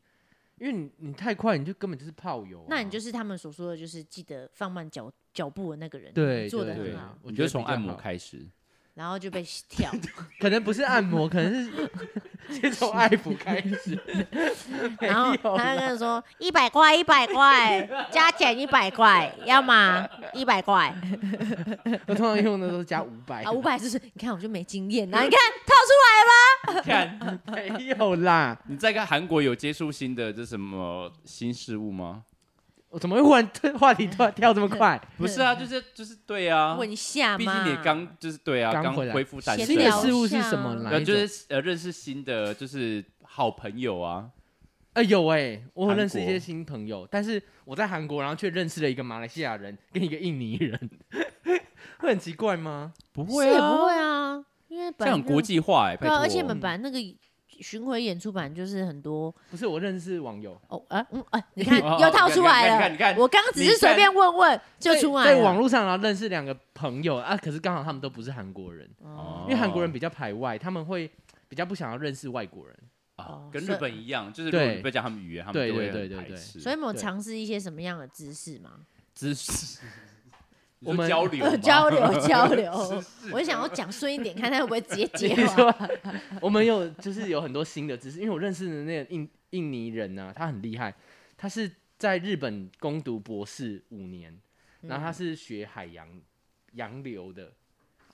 [SPEAKER 3] 因为你你太快，你就根本就是炮友啊、
[SPEAKER 1] 那你就是他们所说的，就是记得放慢脚脚步的那个人，
[SPEAKER 3] 对
[SPEAKER 1] 你做的
[SPEAKER 3] 对
[SPEAKER 2] 对
[SPEAKER 1] 很好，，
[SPEAKER 3] 我
[SPEAKER 2] 你
[SPEAKER 3] 觉
[SPEAKER 2] 就
[SPEAKER 3] 得
[SPEAKER 2] 从
[SPEAKER 3] 比较
[SPEAKER 2] 按摩
[SPEAKER 3] 好
[SPEAKER 2] 开
[SPEAKER 3] (laughs)
[SPEAKER 2] 始，
[SPEAKER 1] 然后就被跳。
[SPEAKER 3] 可能不是按摩，可能是 (laughs) 先从爱抚开始，
[SPEAKER 2] (laughs)
[SPEAKER 1] 然后
[SPEAKER 3] 没有
[SPEAKER 1] 他就
[SPEAKER 3] 啦
[SPEAKER 1] 跟我说一百块，一百块，加减一百
[SPEAKER 3] (laughs)
[SPEAKER 1] 块，要吗？一百块
[SPEAKER 3] 我通常用的都是加五百
[SPEAKER 1] 啊，五百就是你看我就没经验啊呐、你看套出
[SPEAKER 2] 看
[SPEAKER 3] 没有啦，
[SPEAKER 2] 你在跟韩国有接触新的这什么新事物吗？
[SPEAKER 3] 我怎么会忽然突话题突然跳这
[SPEAKER 1] (laughs)
[SPEAKER 3] 么快？
[SPEAKER 2] 不是啊，就是就是对 (laughs) 啊
[SPEAKER 1] 来，问一下嘛，
[SPEAKER 2] 毕竟你刚就是对啊，
[SPEAKER 3] 刚
[SPEAKER 2] 刚
[SPEAKER 3] 回来
[SPEAKER 2] 恢复单
[SPEAKER 1] 闲
[SPEAKER 2] 身
[SPEAKER 3] 新
[SPEAKER 1] 聊一
[SPEAKER 3] 的事物是
[SPEAKER 1] 下
[SPEAKER 3] 什么
[SPEAKER 1] 啊
[SPEAKER 3] 啦？哪
[SPEAKER 2] 呃
[SPEAKER 3] 一
[SPEAKER 2] 就是呃认识新的就是好朋友啊，
[SPEAKER 3] 哎、有哎、我有认识一
[SPEAKER 2] 韩国
[SPEAKER 3] 些新朋友，但是我在韩国，然后却认识了一个马来西亚人跟一个印尼人， (laughs) 会很奇怪吗？
[SPEAKER 2] 不
[SPEAKER 1] 是也不会啊，因为
[SPEAKER 2] 这
[SPEAKER 1] 本来
[SPEAKER 2] 样很
[SPEAKER 1] 就
[SPEAKER 2] 国际化哎，拜
[SPEAKER 1] 对啊，
[SPEAKER 2] 托，
[SPEAKER 1] 而且我们本来那个巡回演出版就是很多
[SPEAKER 3] 不是，我认识网友，
[SPEAKER 1] 哦啊嗯啊，你看
[SPEAKER 2] (laughs) 哦
[SPEAKER 1] 又套出来了，
[SPEAKER 2] 你看你看你看
[SPEAKER 1] 我刚刚只是随便问问就出来
[SPEAKER 3] 在
[SPEAKER 1] 了，
[SPEAKER 3] 在网络上，然后认识两个朋友啊，可是刚好他们都不是韩国人，
[SPEAKER 1] 哦
[SPEAKER 3] 因为韩国人比较排外，他们会比较不想要认识外
[SPEAKER 1] (laughs)
[SPEAKER 3] 国人。
[SPEAKER 2] 啊
[SPEAKER 1] 哦，
[SPEAKER 2] 跟日
[SPEAKER 1] 所以
[SPEAKER 2] 本一样，就是如果
[SPEAKER 3] 对
[SPEAKER 2] 你不讲他们语言，他们
[SPEAKER 3] 对
[SPEAKER 2] 就会
[SPEAKER 3] 对对
[SPEAKER 2] 很排
[SPEAKER 3] 对对
[SPEAKER 2] 斥。
[SPEAKER 1] 所以我们有
[SPEAKER 3] 对
[SPEAKER 1] 尝试一些什么样的姿势吗？
[SPEAKER 2] 知
[SPEAKER 1] (laughs)
[SPEAKER 2] 识，你说
[SPEAKER 3] 我们
[SPEAKER 2] 交流吗
[SPEAKER 1] 交流交
[SPEAKER 2] (laughs)
[SPEAKER 1] 流
[SPEAKER 2] 知识，
[SPEAKER 1] 我想要讲顺一点，看他会不会直接接
[SPEAKER 2] (laughs)
[SPEAKER 3] 你
[SPEAKER 1] 话。
[SPEAKER 3] 说，我们有就是有很多新的知识，因为我认识的那个印印尼人呢、他很厉害，他是在日本攻读博士五年，然
[SPEAKER 2] 啊
[SPEAKER 1] 嗯
[SPEAKER 3] 后他是学海洋洋流的，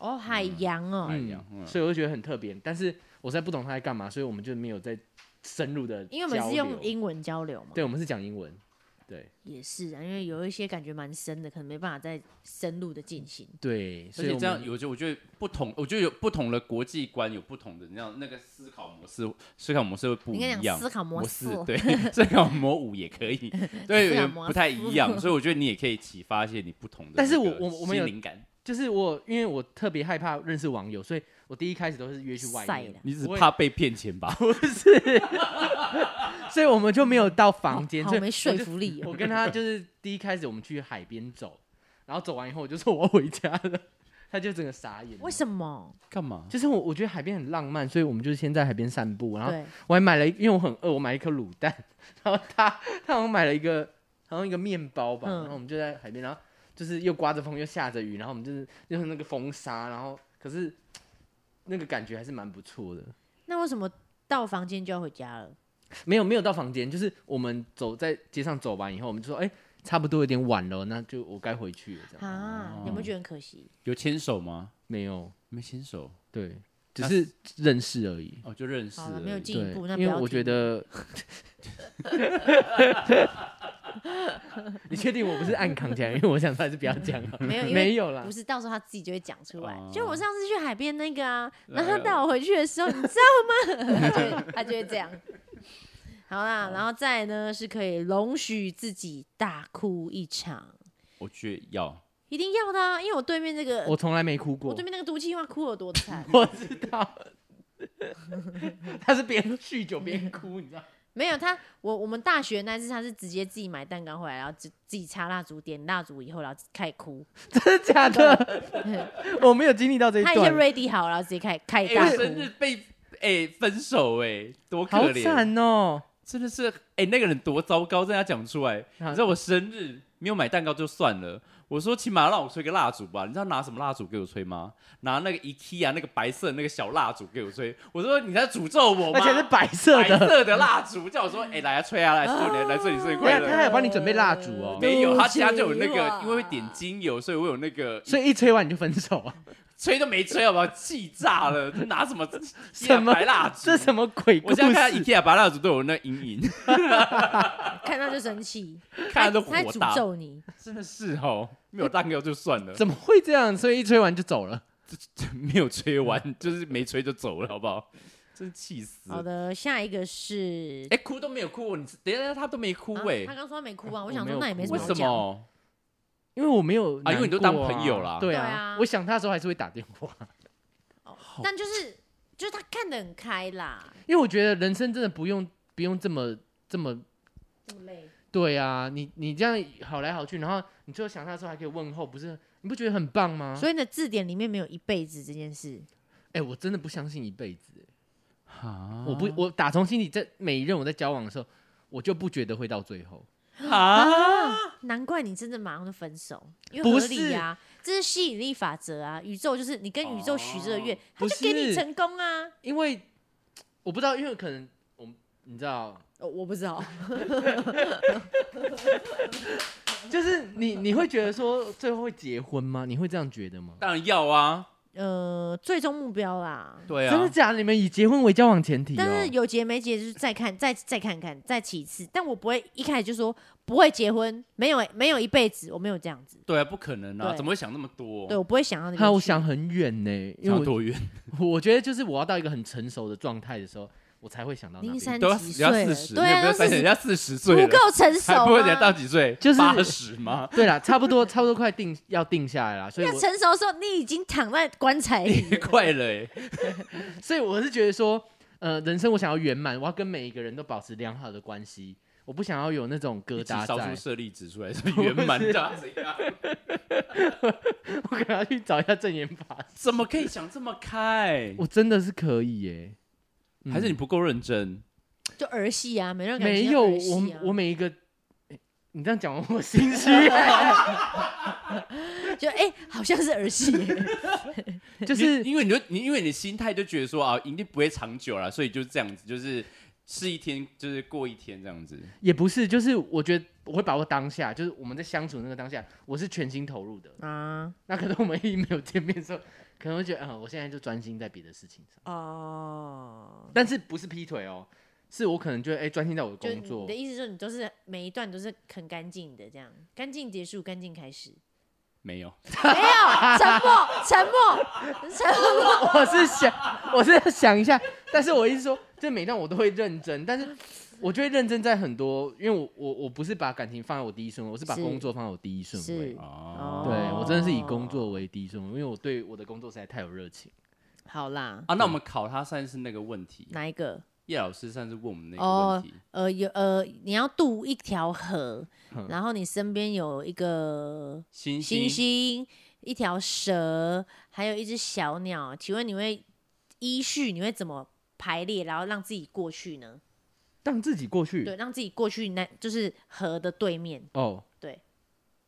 [SPEAKER 1] 哦，海洋哦
[SPEAKER 2] 海，洋嗯
[SPEAKER 3] 所以我就觉得很特别。但是我实在不懂他在干嘛，所以我们就没有再深入的，
[SPEAKER 1] 因为我们是用，英文交流嘛，
[SPEAKER 3] 对，我们是讲英文，对
[SPEAKER 1] 也是啊，因为有一些感觉蛮深的，可能没办法再深入的进行。
[SPEAKER 3] 对，
[SPEAKER 2] 而
[SPEAKER 3] 所以
[SPEAKER 2] 且
[SPEAKER 3] 我
[SPEAKER 2] 这样，
[SPEAKER 3] 们
[SPEAKER 2] 有就我觉得不同，我觉得有不同的国际观，有不同的那样那个思考模式，思考模式会不
[SPEAKER 1] 你
[SPEAKER 2] 一
[SPEAKER 1] 应该
[SPEAKER 2] 样。
[SPEAKER 1] 讲思考模式哦
[SPEAKER 2] 式对， (laughs) 思考模五也可
[SPEAKER 1] (laughs)
[SPEAKER 2] 以， (laughs)
[SPEAKER 1] 思
[SPEAKER 2] 对，有
[SPEAKER 1] 考
[SPEAKER 2] 点
[SPEAKER 1] 模
[SPEAKER 2] 不太一样，所以我觉得你也可以启发一些你不同的那个
[SPEAKER 3] 但
[SPEAKER 2] 心
[SPEAKER 3] 是
[SPEAKER 2] 灵
[SPEAKER 3] 我
[SPEAKER 2] 感。
[SPEAKER 3] 我我们有就是我，因为我特别害怕认识网友，所以我第一开始都是约去外
[SPEAKER 1] 晒
[SPEAKER 3] 面
[SPEAKER 1] 啦，
[SPEAKER 2] 你只
[SPEAKER 3] 我也
[SPEAKER 2] 怕被骗钱
[SPEAKER 3] (laughs)
[SPEAKER 2] 吧？
[SPEAKER 3] 不是，所以我们就没有到房间，
[SPEAKER 1] 好
[SPEAKER 3] 所以
[SPEAKER 1] 没说
[SPEAKER 3] (laughs) 我就
[SPEAKER 1] 服力哦
[SPEAKER 3] 我跟他就是第一开始我们去海边走，然后走完以后我就说我要回家了，他就整个傻眼。
[SPEAKER 1] 为什么？
[SPEAKER 2] 干嘛？
[SPEAKER 3] 就是我我觉得海边很浪漫，所以我们就是先在海边散步，然后
[SPEAKER 1] 对，
[SPEAKER 3] 我还买了一，因为我很饿，我买了一颗卤蛋，然后他他好像买了一个好像一个面包吧，
[SPEAKER 1] 嗯
[SPEAKER 3] 然后我们就在海边，然后就是又刮着风又下着雨，然后我们就是就是那个风沙，然后可是那个感觉还是蛮不错的。
[SPEAKER 1] 那为什么到房间就要回家了？
[SPEAKER 3] 没有没有到房间，就是我们走在街上走完以后，我们就说，哎、差不多有点晚了，那就我该回去了。这样
[SPEAKER 1] 啊，有没有觉得很可惜？
[SPEAKER 2] 有牵手吗？
[SPEAKER 3] 没有，
[SPEAKER 2] 没牵手，
[SPEAKER 3] 对，只
[SPEAKER 2] 那
[SPEAKER 3] 是认识而已。
[SPEAKER 2] 哦，就认识
[SPEAKER 1] 好了
[SPEAKER 2] 而已，
[SPEAKER 1] 没有进一
[SPEAKER 3] 对
[SPEAKER 1] 步那，不
[SPEAKER 3] 因为
[SPEAKER 1] 要停
[SPEAKER 3] 我觉得，
[SPEAKER 2] (laughs)
[SPEAKER 3] 你确定我不是暗扛起来？因为我想说还是不要讲了。
[SPEAKER 1] (laughs) 没有因为
[SPEAKER 3] 没有啦
[SPEAKER 1] 不，是，到时候他自己就会讲出来。
[SPEAKER 2] 哦
[SPEAKER 1] 就我上次去海边那个啊，
[SPEAKER 2] 对
[SPEAKER 1] 然后他带我回去的时候，你知道吗？ (laughs) 他就会他就会这样。好啦，然后再来呢是可以容许自己大哭一场，
[SPEAKER 2] 我觉得要。
[SPEAKER 1] 一定要的、啊，因为我对面这个
[SPEAKER 3] 我从来没哭
[SPEAKER 1] 我
[SPEAKER 3] 过，
[SPEAKER 1] 对。面那个毒气话哭有多惨 (laughs)
[SPEAKER 3] 我知道，他是边酗酒边哭，你知道？
[SPEAKER 1] 没有他，我我们大学那次他是直接自己买蛋糕回来，然后自自己插蜡烛，点蜡烛以后，然后开始哭。
[SPEAKER 3] (laughs) 真的假的？
[SPEAKER 1] (laughs)
[SPEAKER 3] 我没有经历到这一
[SPEAKER 1] 他已经
[SPEAKER 3] 段，
[SPEAKER 1] ready 好了，然后直接开开
[SPEAKER 2] 哎、
[SPEAKER 1] 大
[SPEAKER 2] 我
[SPEAKER 1] 哭。
[SPEAKER 2] 生日被哎、分手哎、多可
[SPEAKER 3] 好
[SPEAKER 2] 怜，
[SPEAKER 3] 惨哦！
[SPEAKER 2] 真的是哎、那个人多糟糕，让他讲出来。你知道我生日没有买蛋糕就算了，我说起码让我吹个蜡烛吧。你知道拿什么蜡烛给我吹吗？拿那个 IKEA 那个白色的那个小蜡烛给我吹。我说你在诅咒我吗？
[SPEAKER 3] 而且是白色
[SPEAKER 2] 白
[SPEAKER 3] 的，
[SPEAKER 2] 色的蜡烛，叫我说哎、来啊吹啊来祝你来祝你生日
[SPEAKER 3] 对
[SPEAKER 2] 快
[SPEAKER 3] 啊，他还
[SPEAKER 2] 乐。
[SPEAKER 3] 有帮你准备蜡烛哦，
[SPEAKER 2] 没有，他其他就有那
[SPEAKER 5] 对
[SPEAKER 2] 个
[SPEAKER 5] 哇，
[SPEAKER 2] 因为会点精油，所以我有那个
[SPEAKER 3] 所以一吹完你就分手
[SPEAKER 2] (laughs)
[SPEAKER 3] 啊？
[SPEAKER 2] 吹都没吹，好不好？气炸了，拿什么
[SPEAKER 3] (laughs) 什么
[SPEAKER 2] 啊白蜡烛？
[SPEAKER 3] 这什么鬼故
[SPEAKER 2] 我
[SPEAKER 3] 事
[SPEAKER 2] 现在看到 IKEA 白蜡烛对我那阴影，
[SPEAKER 1] 看到就生气，
[SPEAKER 2] (laughs) 看到都
[SPEAKER 1] 他还
[SPEAKER 2] 火大
[SPEAKER 1] 诅，咒你，
[SPEAKER 2] 真的是哦，没有蛋糕就算了，
[SPEAKER 3] 怎么会这样？所以一吹完就走了。
[SPEAKER 2] (laughs) 没有吹完就是没吹就走了，好不好？ (laughs) 真气死！
[SPEAKER 1] (laughs) 好的，下一个是
[SPEAKER 2] 哎，哭都没有哭，你等一下他都没哭
[SPEAKER 1] 啊
[SPEAKER 2] 哎
[SPEAKER 1] 他，刚说他没哭啊，
[SPEAKER 3] 我
[SPEAKER 1] 我想
[SPEAKER 3] 没有
[SPEAKER 1] 说那也没
[SPEAKER 3] 哭
[SPEAKER 1] 什
[SPEAKER 2] 为
[SPEAKER 1] 么好
[SPEAKER 2] 什
[SPEAKER 1] 讲。
[SPEAKER 2] 么？
[SPEAKER 3] 因为我没有
[SPEAKER 2] 啊因为你都
[SPEAKER 3] 难过啊
[SPEAKER 2] 当朋友啦
[SPEAKER 3] 对
[SPEAKER 1] 对
[SPEAKER 3] 啊
[SPEAKER 1] 啊，
[SPEAKER 3] 我想他的时候还是会打电话，
[SPEAKER 1] 但就是就是他看得很开啦，
[SPEAKER 3] 因为我觉得人生真的不用不用这么这么，
[SPEAKER 1] 这么累。
[SPEAKER 3] 对啊，你你这样好来好去，然后你最后想他的时候还可以问候，不是你不觉得很棒吗？
[SPEAKER 1] 所以呢，字典里面没有一辈子这件事。
[SPEAKER 3] 哎、我真的不相信一辈子、哎
[SPEAKER 2] 啊
[SPEAKER 1] 哦
[SPEAKER 3] 我
[SPEAKER 1] (gasps)
[SPEAKER 3] 不我打从心底在每一任我在交往的时候，我就不觉得会到最后，
[SPEAKER 2] 啊，
[SPEAKER 1] 难怪你真的马上就分手，因为
[SPEAKER 3] 不
[SPEAKER 1] 合
[SPEAKER 3] 是
[SPEAKER 1] 理啊，这是吸引力法则啊。宇宙就是你跟宇宙许这个愿，他
[SPEAKER 3] 不
[SPEAKER 1] 就给你
[SPEAKER 3] 是
[SPEAKER 1] 成功啊。
[SPEAKER 3] 因为我不知道，因为可能我们你知道，
[SPEAKER 1] 哦，我不知道，
[SPEAKER 3] 就是你你会觉得说最后会结婚吗？你会这样觉得吗？
[SPEAKER 2] 当然要啊，
[SPEAKER 1] 呃，最终目标啦。
[SPEAKER 2] 对
[SPEAKER 3] 真的
[SPEAKER 2] 啊，
[SPEAKER 3] 假的？你们以结婚为交往前提、哦？
[SPEAKER 1] 但是有结没结就是再看，再再看看，再其次。但我不会一开始就说不会结婚，没有没有一辈子，我没有这样子。
[SPEAKER 2] 对啊，不可能啊，
[SPEAKER 1] 对
[SPEAKER 2] 怎么会想那么多？
[SPEAKER 1] 对我不会想要那
[SPEAKER 3] 他
[SPEAKER 1] 边
[SPEAKER 3] 我
[SPEAKER 1] 去
[SPEAKER 3] 想很远呢、因
[SPEAKER 2] 想要
[SPEAKER 3] 为
[SPEAKER 2] 多远？
[SPEAKER 3] 我我觉得就是我要到一个很成熟的状态的时候，我才会想到那
[SPEAKER 1] 你已经三
[SPEAKER 3] 边。
[SPEAKER 2] 都要
[SPEAKER 1] 几
[SPEAKER 2] 人
[SPEAKER 1] 岁
[SPEAKER 2] 家
[SPEAKER 1] 了
[SPEAKER 2] 四十，，
[SPEAKER 1] 对
[SPEAKER 2] 你
[SPEAKER 1] 啊，
[SPEAKER 2] 也不要
[SPEAKER 1] 都四
[SPEAKER 2] 三十，
[SPEAKER 1] 十
[SPEAKER 2] 人家四十岁
[SPEAKER 1] 不
[SPEAKER 2] 了，
[SPEAKER 1] 够成熟啊
[SPEAKER 2] 还不会人家到
[SPEAKER 1] 吗？
[SPEAKER 2] 几岁？
[SPEAKER 3] 就是
[SPEAKER 2] 八
[SPEAKER 1] (laughs)
[SPEAKER 2] 十吗？
[SPEAKER 3] 对啦，差不多差不多快定要定下来啦，所以
[SPEAKER 1] 要
[SPEAKER 3] 我
[SPEAKER 1] 成熟的时候，你已经躺在棺材里
[SPEAKER 2] 也快了哎，
[SPEAKER 3] 所以我是觉得说，呃，人生我想要圆满，我要跟每一个人都保持良好的关系，我不想要有那种疙
[SPEAKER 2] 一起
[SPEAKER 3] 瘩
[SPEAKER 2] 烧出
[SPEAKER 3] 在。
[SPEAKER 2] 舍利子出来，是圆
[SPEAKER 1] (laughs)
[SPEAKER 2] 满的。怎样
[SPEAKER 3] (laughs) 我可能要去找一下正言法
[SPEAKER 2] (laughs)
[SPEAKER 3] 师。
[SPEAKER 2] 怎么可以想这么开？
[SPEAKER 3] 我真的是可以耶、嗯
[SPEAKER 2] 还是你不够认真？
[SPEAKER 1] 就儿戏啊，没人敢
[SPEAKER 3] 没有我
[SPEAKER 1] 啊
[SPEAKER 3] 我每一个。诶你这样讲完我
[SPEAKER 1] (laughs)
[SPEAKER 3] 心虚，啊
[SPEAKER 1] 我就哎、好像是儿戏耶，
[SPEAKER 3] 就是
[SPEAKER 2] 你因为你就你因为你心态就觉得说啊，一定不会长久啦，所以就这样子，就是是一天就是过一天这样子。
[SPEAKER 3] 也不是，就是我觉得我会把握当下，就是我们在相处那个当下，我是全心投入的。
[SPEAKER 1] 啊
[SPEAKER 3] 那可能我们一没有见面的时候，可能会觉得，嗯，我现在就专心在别的事情上，
[SPEAKER 1] 哦，
[SPEAKER 3] 但是不是劈腿哦，是我可能就哎专心在我的
[SPEAKER 1] 就
[SPEAKER 3] 工
[SPEAKER 1] 你
[SPEAKER 3] 作
[SPEAKER 1] 的，意思就是你都是每一段都是很干净的，这样干净结束，干净开 (laughs) 始，
[SPEAKER 2] 没有，
[SPEAKER 1] 没有沉默， (laughs) 沉默，沉默，
[SPEAKER 3] 我是想，我是想一下，但是我一直说，就每段我都会认真，但是我就会认真在很多，因为我我我不是把感情放在我第一顺位，我是把
[SPEAKER 1] 是
[SPEAKER 3] 工作放在我第一顺位
[SPEAKER 1] 是。
[SPEAKER 2] 哦，
[SPEAKER 3] 对我真的是以工作为第一顺位，因为我对我的工作实在太有热情。
[SPEAKER 1] 好啦，
[SPEAKER 2] 啊，那我们考他上次那个问题，
[SPEAKER 1] 哪一个？
[SPEAKER 2] 叶老师上次问我们那个问
[SPEAKER 1] 哦
[SPEAKER 2] 题，，
[SPEAKER 1] 呃，有呃，你要渡一条河
[SPEAKER 3] 嗯，
[SPEAKER 1] 然后你身边有一个
[SPEAKER 2] 星
[SPEAKER 1] 星星、一条蛇，还有一只小鸟。请问你会依序你会怎么排列，然后让自己过去呢？
[SPEAKER 3] 让自己过去
[SPEAKER 1] 对，让自己过去那就是河的对面，
[SPEAKER 3] 哦，
[SPEAKER 1] 对，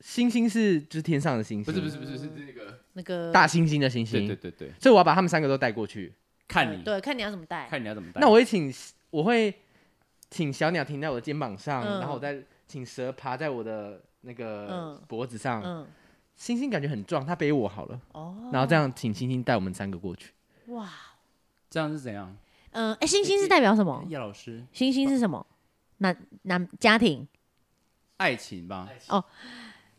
[SPEAKER 3] 星星是就是天上的星星，
[SPEAKER 2] 不是不是不是是那个，
[SPEAKER 1] 那个
[SPEAKER 3] 大猩猩的猩猩，
[SPEAKER 2] 对对对对，
[SPEAKER 3] 所以我要把他们三个都带过去。
[SPEAKER 2] 看
[SPEAKER 1] 嗯
[SPEAKER 2] 你
[SPEAKER 1] 对，看你要怎么带。
[SPEAKER 2] 看你要怎么带。
[SPEAKER 3] 那我会请，我会请小鸟停在我的肩膀上，
[SPEAKER 1] 嗯
[SPEAKER 3] 然后我再请蛇爬在我的那个
[SPEAKER 1] 嗯
[SPEAKER 3] 脖子上。
[SPEAKER 1] 嗯，
[SPEAKER 3] 星星感觉很壮，它背我好了，
[SPEAKER 1] 哦，
[SPEAKER 3] 然后这样请星星带我们三个过去。
[SPEAKER 1] 哇，
[SPEAKER 2] 这样是怎样？
[SPEAKER 1] 嗯，哎，星星是代表什么？
[SPEAKER 2] 叶老师，
[SPEAKER 1] 星星是什么？男男家庭，
[SPEAKER 2] 爱情吧，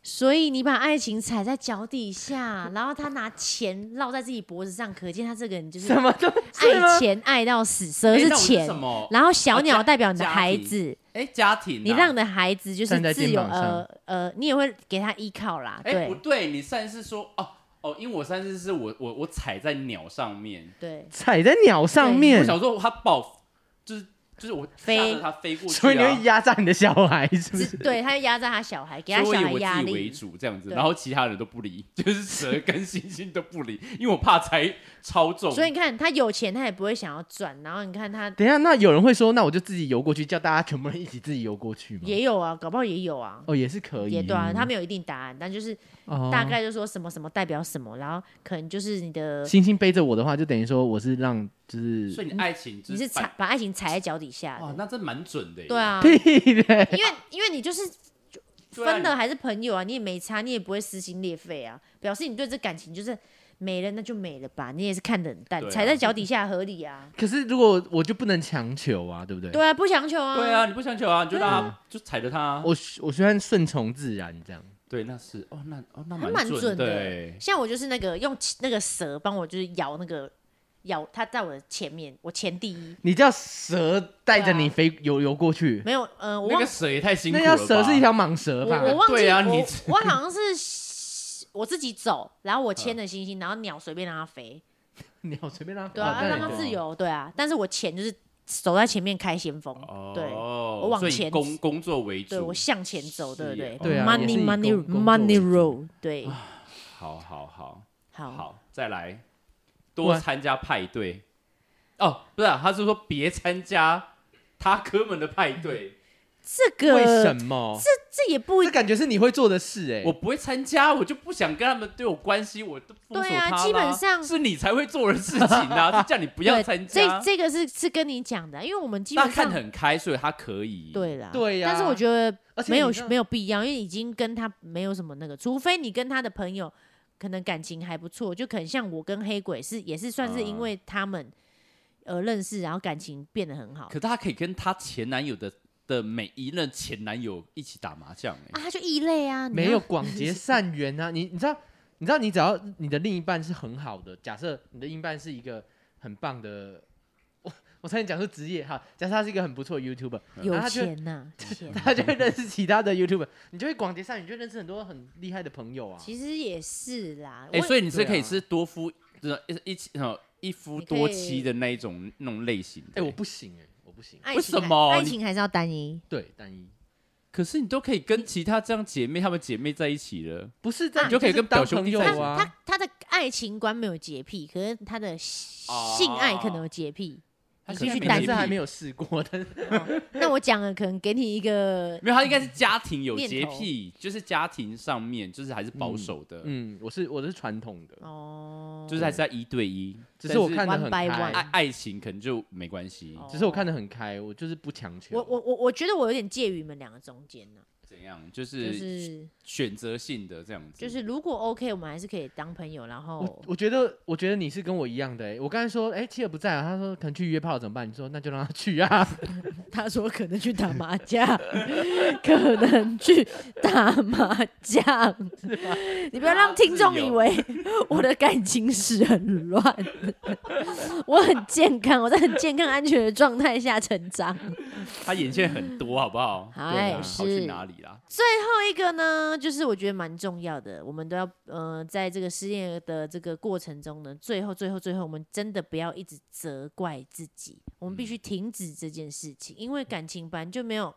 [SPEAKER 1] 所以你把爱情踩在脚底下，然后他拿钱绕在自己脖子上，可见他这个人就是
[SPEAKER 3] 什么都是吗
[SPEAKER 1] 爱？钱爱到死，蛇
[SPEAKER 2] 哎
[SPEAKER 1] 呃是
[SPEAKER 2] 那我
[SPEAKER 1] 钱
[SPEAKER 2] 什，么？
[SPEAKER 1] 然后小
[SPEAKER 2] 哦
[SPEAKER 1] 鸟
[SPEAKER 2] 家
[SPEAKER 1] 代表你的
[SPEAKER 2] 家
[SPEAKER 1] 孩
[SPEAKER 2] 庭
[SPEAKER 1] 子，
[SPEAKER 2] 哎，家庭啊，
[SPEAKER 1] 你让你的孩子就是
[SPEAKER 3] 站在
[SPEAKER 1] 自
[SPEAKER 3] 肩
[SPEAKER 1] 由，
[SPEAKER 3] 膀上
[SPEAKER 1] 呃呃，你也会给他依靠啦，
[SPEAKER 2] 哎、
[SPEAKER 1] 对
[SPEAKER 2] 不对，你上一次说哦哦，因为我上一次是我我我踩在鸟上面，
[SPEAKER 1] 对，
[SPEAKER 3] 踩在鸟上
[SPEAKER 1] 对
[SPEAKER 3] 面
[SPEAKER 2] 我，想说他爆就是就是我
[SPEAKER 1] 飞
[SPEAKER 2] 吓得他飞过去、啊，
[SPEAKER 3] 所以你会压榨你的小孩，是不
[SPEAKER 1] 只
[SPEAKER 3] 是？
[SPEAKER 1] 对，他就压榨他小
[SPEAKER 2] (laughs)
[SPEAKER 1] 孩，给他小
[SPEAKER 2] 所以
[SPEAKER 1] 孩
[SPEAKER 2] 我以
[SPEAKER 1] 压
[SPEAKER 2] 自己为
[SPEAKER 1] 力。
[SPEAKER 2] 主这样子，
[SPEAKER 1] 对
[SPEAKER 2] 然后其他人都不理， (laughs) 就是蛇跟猩猩都不理，因为我怕才超重。
[SPEAKER 1] 所以你看，他有钱他也不会想要赚，然后你看他
[SPEAKER 3] 等一下，那有人会说，那我就自己游过去，叫大家全部人一起自己游过去吗？
[SPEAKER 1] 也有啊，搞不好也有啊，
[SPEAKER 3] 哦，也是可以，
[SPEAKER 1] 也对啊，他没有一定答案，但就是
[SPEAKER 3] 哦
[SPEAKER 1] 大概就说什么什么代表什么，然后可能就是你的
[SPEAKER 3] 星星背着我的话，就等于说我是让就是
[SPEAKER 2] 所以你爱情就
[SPEAKER 1] 你是踩
[SPEAKER 2] 摆
[SPEAKER 1] 把爱情踩在脚底下
[SPEAKER 2] 哇
[SPEAKER 1] 的，，
[SPEAKER 2] 那真蛮准的耶。
[SPEAKER 1] 对啊，
[SPEAKER 3] 屁嘞，
[SPEAKER 1] 因为因为你就是
[SPEAKER 2] 对啊，
[SPEAKER 1] 分了还是朋友啊，你也没差，你也不会撕心裂肺啊，表示你对这感情就是没了那就没了吧，你也是看得很淡，
[SPEAKER 2] 对啊
[SPEAKER 1] 踩在脚底下合理啊，
[SPEAKER 3] 可是如果我就不能强求啊，对不对？
[SPEAKER 1] 对啊，不强求啊，
[SPEAKER 2] 你对啊，，你不想求啊，你就让他就踩着他啊。
[SPEAKER 3] 我我虽然顺从自然这样，
[SPEAKER 2] 对，那是哦，那哦那
[SPEAKER 1] 还
[SPEAKER 2] 蛮
[SPEAKER 1] 准
[SPEAKER 2] 的
[SPEAKER 1] 的
[SPEAKER 2] 耶。。
[SPEAKER 1] 像我就是那个用其那个蛇帮我就是咬那个咬，它在我的前面，我前第一，
[SPEAKER 3] 你叫蛇带着
[SPEAKER 1] 对
[SPEAKER 3] 你
[SPEAKER 1] 啊
[SPEAKER 3] 飞游游过去，
[SPEAKER 1] 没有，呃，我
[SPEAKER 2] 那
[SPEAKER 1] 忘
[SPEAKER 2] 个蛇也太辛苦
[SPEAKER 3] 那
[SPEAKER 2] 了吧。
[SPEAKER 3] 条蛇是一条蟒蛇
[SPEAKER 1] 我
[SPEAKER 3] 吧？
[SPEAKER 1] 我忘记
[SPEAKER 2] 对啊
[SPEAKER 1] 我
[SPEAKER 2] 你
[SPEAKER 1] 我好像是我自己走，然后我牵着星星，
[SPEAKER 2] 嗯
[SPEAKER 1] 然后鸟随便让它飞，
[SPEAKER 3] 你好随便让它
[SPEAKER 1] 对啊，
[SPEAKER 3] 飞
[SPEAKER 1] 让它
[SPEAKER 2] 对
[SPEAKER 1] 自由，对啊，但是我前就是走在前面开先锋，对
[SPEAKER 2] 哦，
[SPEAKER 1] 我往
[SPEAKER 2] 所以
[SPEAKER 1] 前
[SPEAKER 2] 工工作为主。
[SPEAKER 1] 对我向前走，对不
[SPEAKER 2] 是哦耶
[SPEAKER 1] 对
[SPEAKER 3] 对啊也是
[SPEAKER 1] money
[SPEAKER 3] 以
[SPEAKER 1] money
[SPEAKER 3] 工工作为
[SPEAKER 1] money
[SPEAKER 3] 主
[SPEAKER 1] road，对，
[SPEAKER 2] 好好好
[SPEAKER 1] 好，
[SPEAKER 2] 好，再来多参加派对。哦，不是啊、他是说别参加他哥们的派对，
[SPEAKER 1] 这
[SPEAKER 3] 为什
[SPEAKER 1] 个
[SPEAKER 3] 么？
[SPEAKER 1] 这也不
[SPEAKER 3] 这感觉是你会做的事哎、
[SPEAKER 2] 我不会参加，我就不想跟他们对我关系，我都封锁
[SPEAKER 1] 对啊
[SPEAKER 2] 他啦
[SPEAKER 1] 基本上
[SPEAKER 2] 是你才会做的事情
[SPEAKER 1] (laughs)
[SPEAKER 2] 啊，是叫你不要
[SPEAKER 1] 对，
[SPEAKER 2] 参
[SPEAKER 1] 这
[SPEAKER 2] 加。
[SPEAKER 1] 这个是是跟你讲的，因为我们基
[SPEAKER 2] 他
[SPEAKER 1] 本
[SPEAKER 2] 看
[SPEAKER 1] 上
[SPEAKER 2] 得很开，所以他可以。
[SPEAKER 1] 对啦，
[SPEAKER 3] 对呀
[SPEAKER 1] 但是我觉得
[SPEAKER 3] 而且
[SPEAKER 1] 没有
[SPEAKER 3] 你知道
[SPEAKER 1] 没有必要，因为已经跟他没有什么那个，除非你跟他的朋友可能感情还不错，就可能像我跟黑鬼是也是算是因
[SPEAKER 2] 嗯
[SPEAKER 1] 为他们而认识，然后感情变得很好
[SPEAKER 2] 可他可以跟他前男友的的每一任前男友一起打麻将、欸，
[SPEAKER 1] 啊，他就异类啊，你
[SPEAKER 3] 没
[SPEAKER 1] 要
[SPEAKER 3] 有广结善缘啊！你你知道，你知道，你只要你的另一半是很好的，假设你的另一半是一个很棒的，我我差点讲出职业哈，假设他是一个很不错的 YouTuber，
[SPEAKER 1] 有
[SPEAKER 3] 然后他就
[SPEAKER 1] 钱呐、天啊
[SPEAKER 3] 他就会认识其他的 YouTuber，你就会广结善缘，你就认识很多很厉害的朋友啊。
[SPEAKER 1] 其实也是啦，
[SPEAKER 2] 哎、
[SPEAKER 1] 我
[SPEAKER 2] 所以你是可
[SPEAKER 3] 对
[SPEAKER 2] 以
[SPEAKER 3] 啊
[SPEAKER 2] 是多夫，就是一一起呃一夫
[SPEAKER 1] 你可以
[SPEAKER 2] 多妻的那一种那种类型的、
[SPEAKER 3] 哎、我不行哎、我不行，
[SPEAKER 1] 爱
[SPEAKER 2] 为
[SPEAKER 1] 情
[SPEAKER 2] 什
[SPEAKER 1] 还
[SPEAKER 2] 么
[SPEAKER 1] 爱
[SPEAKER 2] 你
[SPEAKER 1] 情还是要单一？
[SPEAKER 3] 对单一
[SPEAKER 2] 可是你都可以跟其他这样姐妹，她们姐妹在一起了，
[SPEAKER 3] 不是这样，
[SPEAKER 2] 你就可以跟
[SPEAKER 3] 是当
[SPEAKER 2] 表兄
[SPEAKER 3] 朋
[SPEAKER 2] 弟
[SPEAKER 3] 友
[SPEAKER 2] 在一起
[SPEAKER 1] 他
[SPEAKER 3] 啊。
[SPEAKER 1] 他的爱情观没有洁癖，可是他的性爱可能有洁癖。
[SPEAKER 2] 她
[SPEAKER 1] 你
[SPEAKER 2] 可
[SPEAKER 1] 去
[SPEAKER 2] 能
[SPEAKER 1] 单
[SPEAKER 2] 没
[SPEAKER 3] 但
[SPEAKER 2] 洁
[SPEAKER 3] 是
[SPEAKER 1] 单
[SPEAKER 3] 还
[SPEAKER 2] 癖
[SPEAKER 3] 没有试过，但是
[SPEAKER 1] 那我讲了，可能给你一个
[SPEAKER 2] (laughs) 没有，他应该是家庭有
[SPEAKER 1] 念
[SPEAKER 2] 洁
[SPEAKER 1] 头
[SPEAKER 2] 癖，就是家庭上面就是还是保守的，
[SPEAKER 3] 嗯，我是我是传统的，
[SPEAKER 1] 哦，
[SPEAKER 2] 就是还是在一对一。
[SPEAKER 3] 只
[SPEAKER 2] 但
[SPEAKER 3] 是我看的很
[SPEAKER 1] One by
[SPEAKER 3] 开
[SPEAKER 1] one
[SPEAKER 2] 爱爱情可能就没关系，
[SPEAKER 1] 哦
[SPEAKER 3] 只是我看的很开，我就是不强求。
[SPEAKER 1] 我我我我觉得我有点介于你们两个中间呢、
[SPEAKER 2] 怎样就
[SPEAKER 1] 就是是
[SPEAKER 2] 选择性的这样子，
[SPEAKER 1] 就是如果 OK，我们还是可以当朋友，然后
[SPEAKER 3] 我我觉得，我觉得你是跟我一样的、欸。我刚才说，哎、妻儿不在啊，他说可能去约炮怎么办？你说那就让他去啊。
[SPEAKER 1] (laughs) 他说可能去打麻将， (laughs) 可能去打麻将，你不要让听众以为我的感情史很乱， (laughs) 我很健康，我在很健康安全的状态下成长。
[SPEAKER 2] 他眼线很多，好不好？
[SPEAKER 1] 哎
[SPEAKER 2] 对啊跑
[SPEAKER 1] 是
[SPEAKER 2] 去哪里啦？
[SPEAKER 1] 最后一个呢，就是我觉得蛮重要的，我们都要呃，在这个失恋的这个过程中呢，最后最后最后，我们真的不要一直责怪自己，我们必须停止这件事情，因为感情本来就没有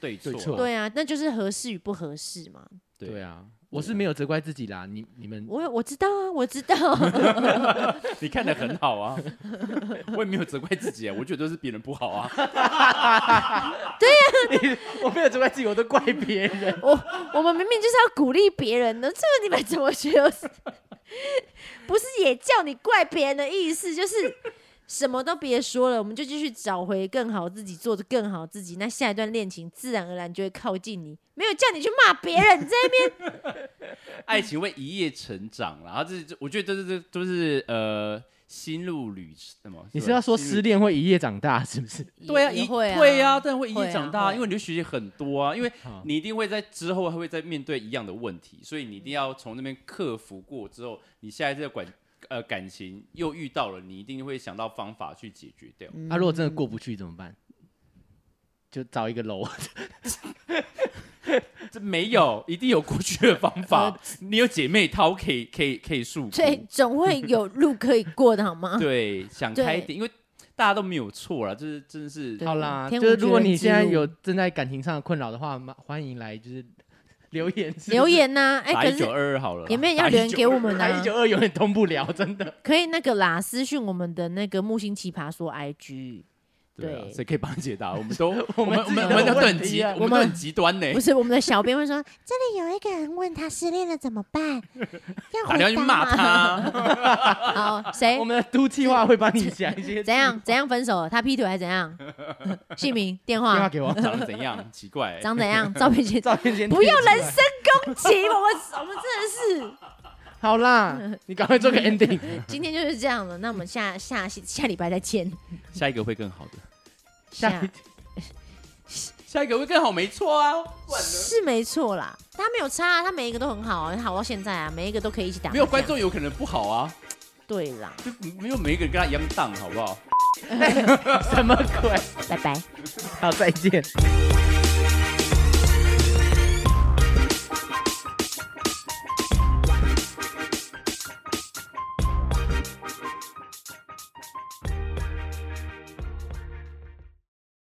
[SPEAKER 2] 对错
[SPEAKER 3] 对错
[SPEAKER 2] 啊
[SPEAKER 1] 对啊，那就是合适与不合适嘛。
[SPEAKER 2] 对
[SPEAKER 3] 对啊，我是没有责怪自己啦。你你们，
[SPEAKER 1] 我我知道啊，我知道，
[SPEAKER 2] 你看的很好啊，我也没有责怪自己啊，我觉得都是别人不好啊。
[SPEAKER 3] (laughs) 我没有责怪自己，我都怪别人。
[SPEAKER 1] 我我们明明就是要鼓励别人的，这个你们怎么学？ (laughs) 不是也叫你怪别人的意思，就是什么都别说了，我们就继续找回更好自己，做的更好自己，那下一段恋情自然而然就会靠近你。没有叫你去骂别人，你在那边
[SPEAKER 2] 爱情会一夜成长啦，然后这这我觉得这这这就是呃心路旅什么？
[SPEAKER 3] 你
[SPEAKER 2] 吧
[SPEAKER 3] 是要说
[SPEAKER 2] 心
[SPEAKER 3] 失
[SPEAKER 2] 路
[SPEAKER 3] 恋会一夜长大是不是？
[SPEAKER 2] (laughs) 对啊，
[SPEAKER 1] 也
[SPEAKER 2] 一
[SPEAKER 1] 会啊，
[SPEAKER 2] 会啊，但会一
[SPEAKER 1] 会啊
[SPEAKER 2] 夜长大，
[SPEAKER 1] 会
[SPEAKER 2] 因为你会学习很多啊，因为
[SPEAKER 3] 好
[SPEAKER 2] 你一定会在之后还会再面对一样的问题，所以你一定要从那边克服过之后，你下一次的管呃感情又遇到了，你一定会想到方法去解决掉。
[SPEAKER 3] 啊，如果
[SPEAKER 1] 嗯
[SPEAKER 3] 真的过不去怎么办？就找一个楼，
[SPEAKER 2] 这没有，一定有过去的方
[SPEAKER 1] (laughs) 呃
[SPEAKER 2] 法，你有姐妹掏可
[SPEAKER 1] 嗯
[SPEAKER 2] 以可以可以诉苦。
[SPEAKER 1] 对，总会有路可以过的好吗？
[SPEAKER 2] 对，想开一
[SPEAKER 1] 对
[SPEAKER 2] 点，因为大家都没有错啦，就是真的是
[SPEAKER 1] 对
[SPEAKER 3] 好啦，
[SPEAKER 1] 天
[SPEAKER 3] 就
[SPEAKER 1] 无
[SPEAKER 3] 是如果
[SPEAKER 1] 绝人
[SPEAKER 3] 你
[SPEAKER 1] 之
[SPEAKER 3] 现在
[SPEAKER 1] 路
[SPEAKER 3] 有正在感情上的困扰的话，麻欢迎来就是 (laughs) 留言是不
[SPEAKER 1] 留
[SPEAKER 3] 是 (laughs)
[SPEAKER 1] 言呐、哎、
[SPEAKER 2] 打
[SPEAKER 1] 可
[SPEAKER 2] 一九
[SPEAKER 1] 是
[SPEAKER 2] 二二好了啦。
[SPEAKER 1] 也没有人要留言给我们
[SPEAKER 3] 打
[SPEAKER 1] 啊
[SPEAKER 3] 一，九二永远通不了，真的。
[SPEAKER 1] 可以那个啦，私讯我们的那个木星奇葩说 IG，
[SPEAKER 2] 对啊，
[SPEAKER 1] 对
[SPEAKER 2] 谁可以帮你解答？我们
[SPEAKER 1] (laughs)
[SPEAKER 2] 都我
[SPEAKER 3] 们
[SPEAKER 2] 们我
[SPEAKER 3] 自己
[SPEAKER 2] 们
[SPEAKER 3] 都
[SPEAKER 2] 我们
[SPEAKER 3] 有
[SPEAKER 2] 都
[SPEAKER 3] 问
[SPEAKER 2] 很
[SPEAKER 3] 题
[SPEAKER 2] 极，我
[SPEAKER 3] 啊
[SPEAKER 1] 我
[SPEAKER 2] 们都
[SPEAKER 1] 们
[SPEAKER 2] 很极端呢
[SPEAKER 1] 不。是我们的小编会说，
[SPEAKER 6] 这里有一个人问他失恋了怎么办，
[SPEAKER 2] (laughs)
[SPEAKER 6] 要
[SPEAKER 2] 打电话
[SPEAKER 6] 回
[SPEAKER 2] 去
[SPEAKER 6] 答
[SPEAKER 2] 骂
[SPEAKER 6] 吗？
[SPEAKER 2] 他，
[SPEAKER 1] (laughs) 好谁
[SPEAKER 3] 我们的都计划会帮你想一些
[SPEAKER 1] 哎怎样怎样分手了，他劈腿还怎
[SPEAKER 3] (laughs)
[SPEAKER 1] 样，姓名电
[SPEAKER 3] 电话
[SPEAKER 1] 话
[SPEAKER 3] 给我，
[SPEAKER 2] 长得怎样？奇怪欸，
[SPEAKER 1] 啊 (laughs) 长怎
[SPEAKER 3] (laughs)
[SPEAKER 1] 样，照片截图
[SPEAKER 3] 照片先
[SPEAKER 1] 不要
[SPEAKER 3] 贴出来
[SPEAKER 1] 人身攻击，我们我们真的是
[SPEAKER 3] 好啦，
[SPEAKER 1] (laughs)
[SPEAKER 3] 你赶快做个 ending。
[SPEAKER 1] 今天就是这样了，那我们下下下礼拜再见，
[SPEAKER 2] 下一个会更好的，
[SPEAKER 1] 下
[SPEAKER 3] 下一
[SPEAKER 2] 下一个会更好，没错啊。不然呢
[SPEAKER 1] 是没错啦，他没有差、啊，他每一个都很好、啊，好到现在啊，每一个都可以一起打麻将，
[SPEAKER 2] 没有观众有可能不好啊，
[SPEAKER 1] 对啦，
[SPEAKER 2] 就没有每一个人跟他一样当，好不好？
[SPEAKER 3] 什么鬼？
[SPEAKER 1] 拜拜。
[SPEAKER 3] 好，再见。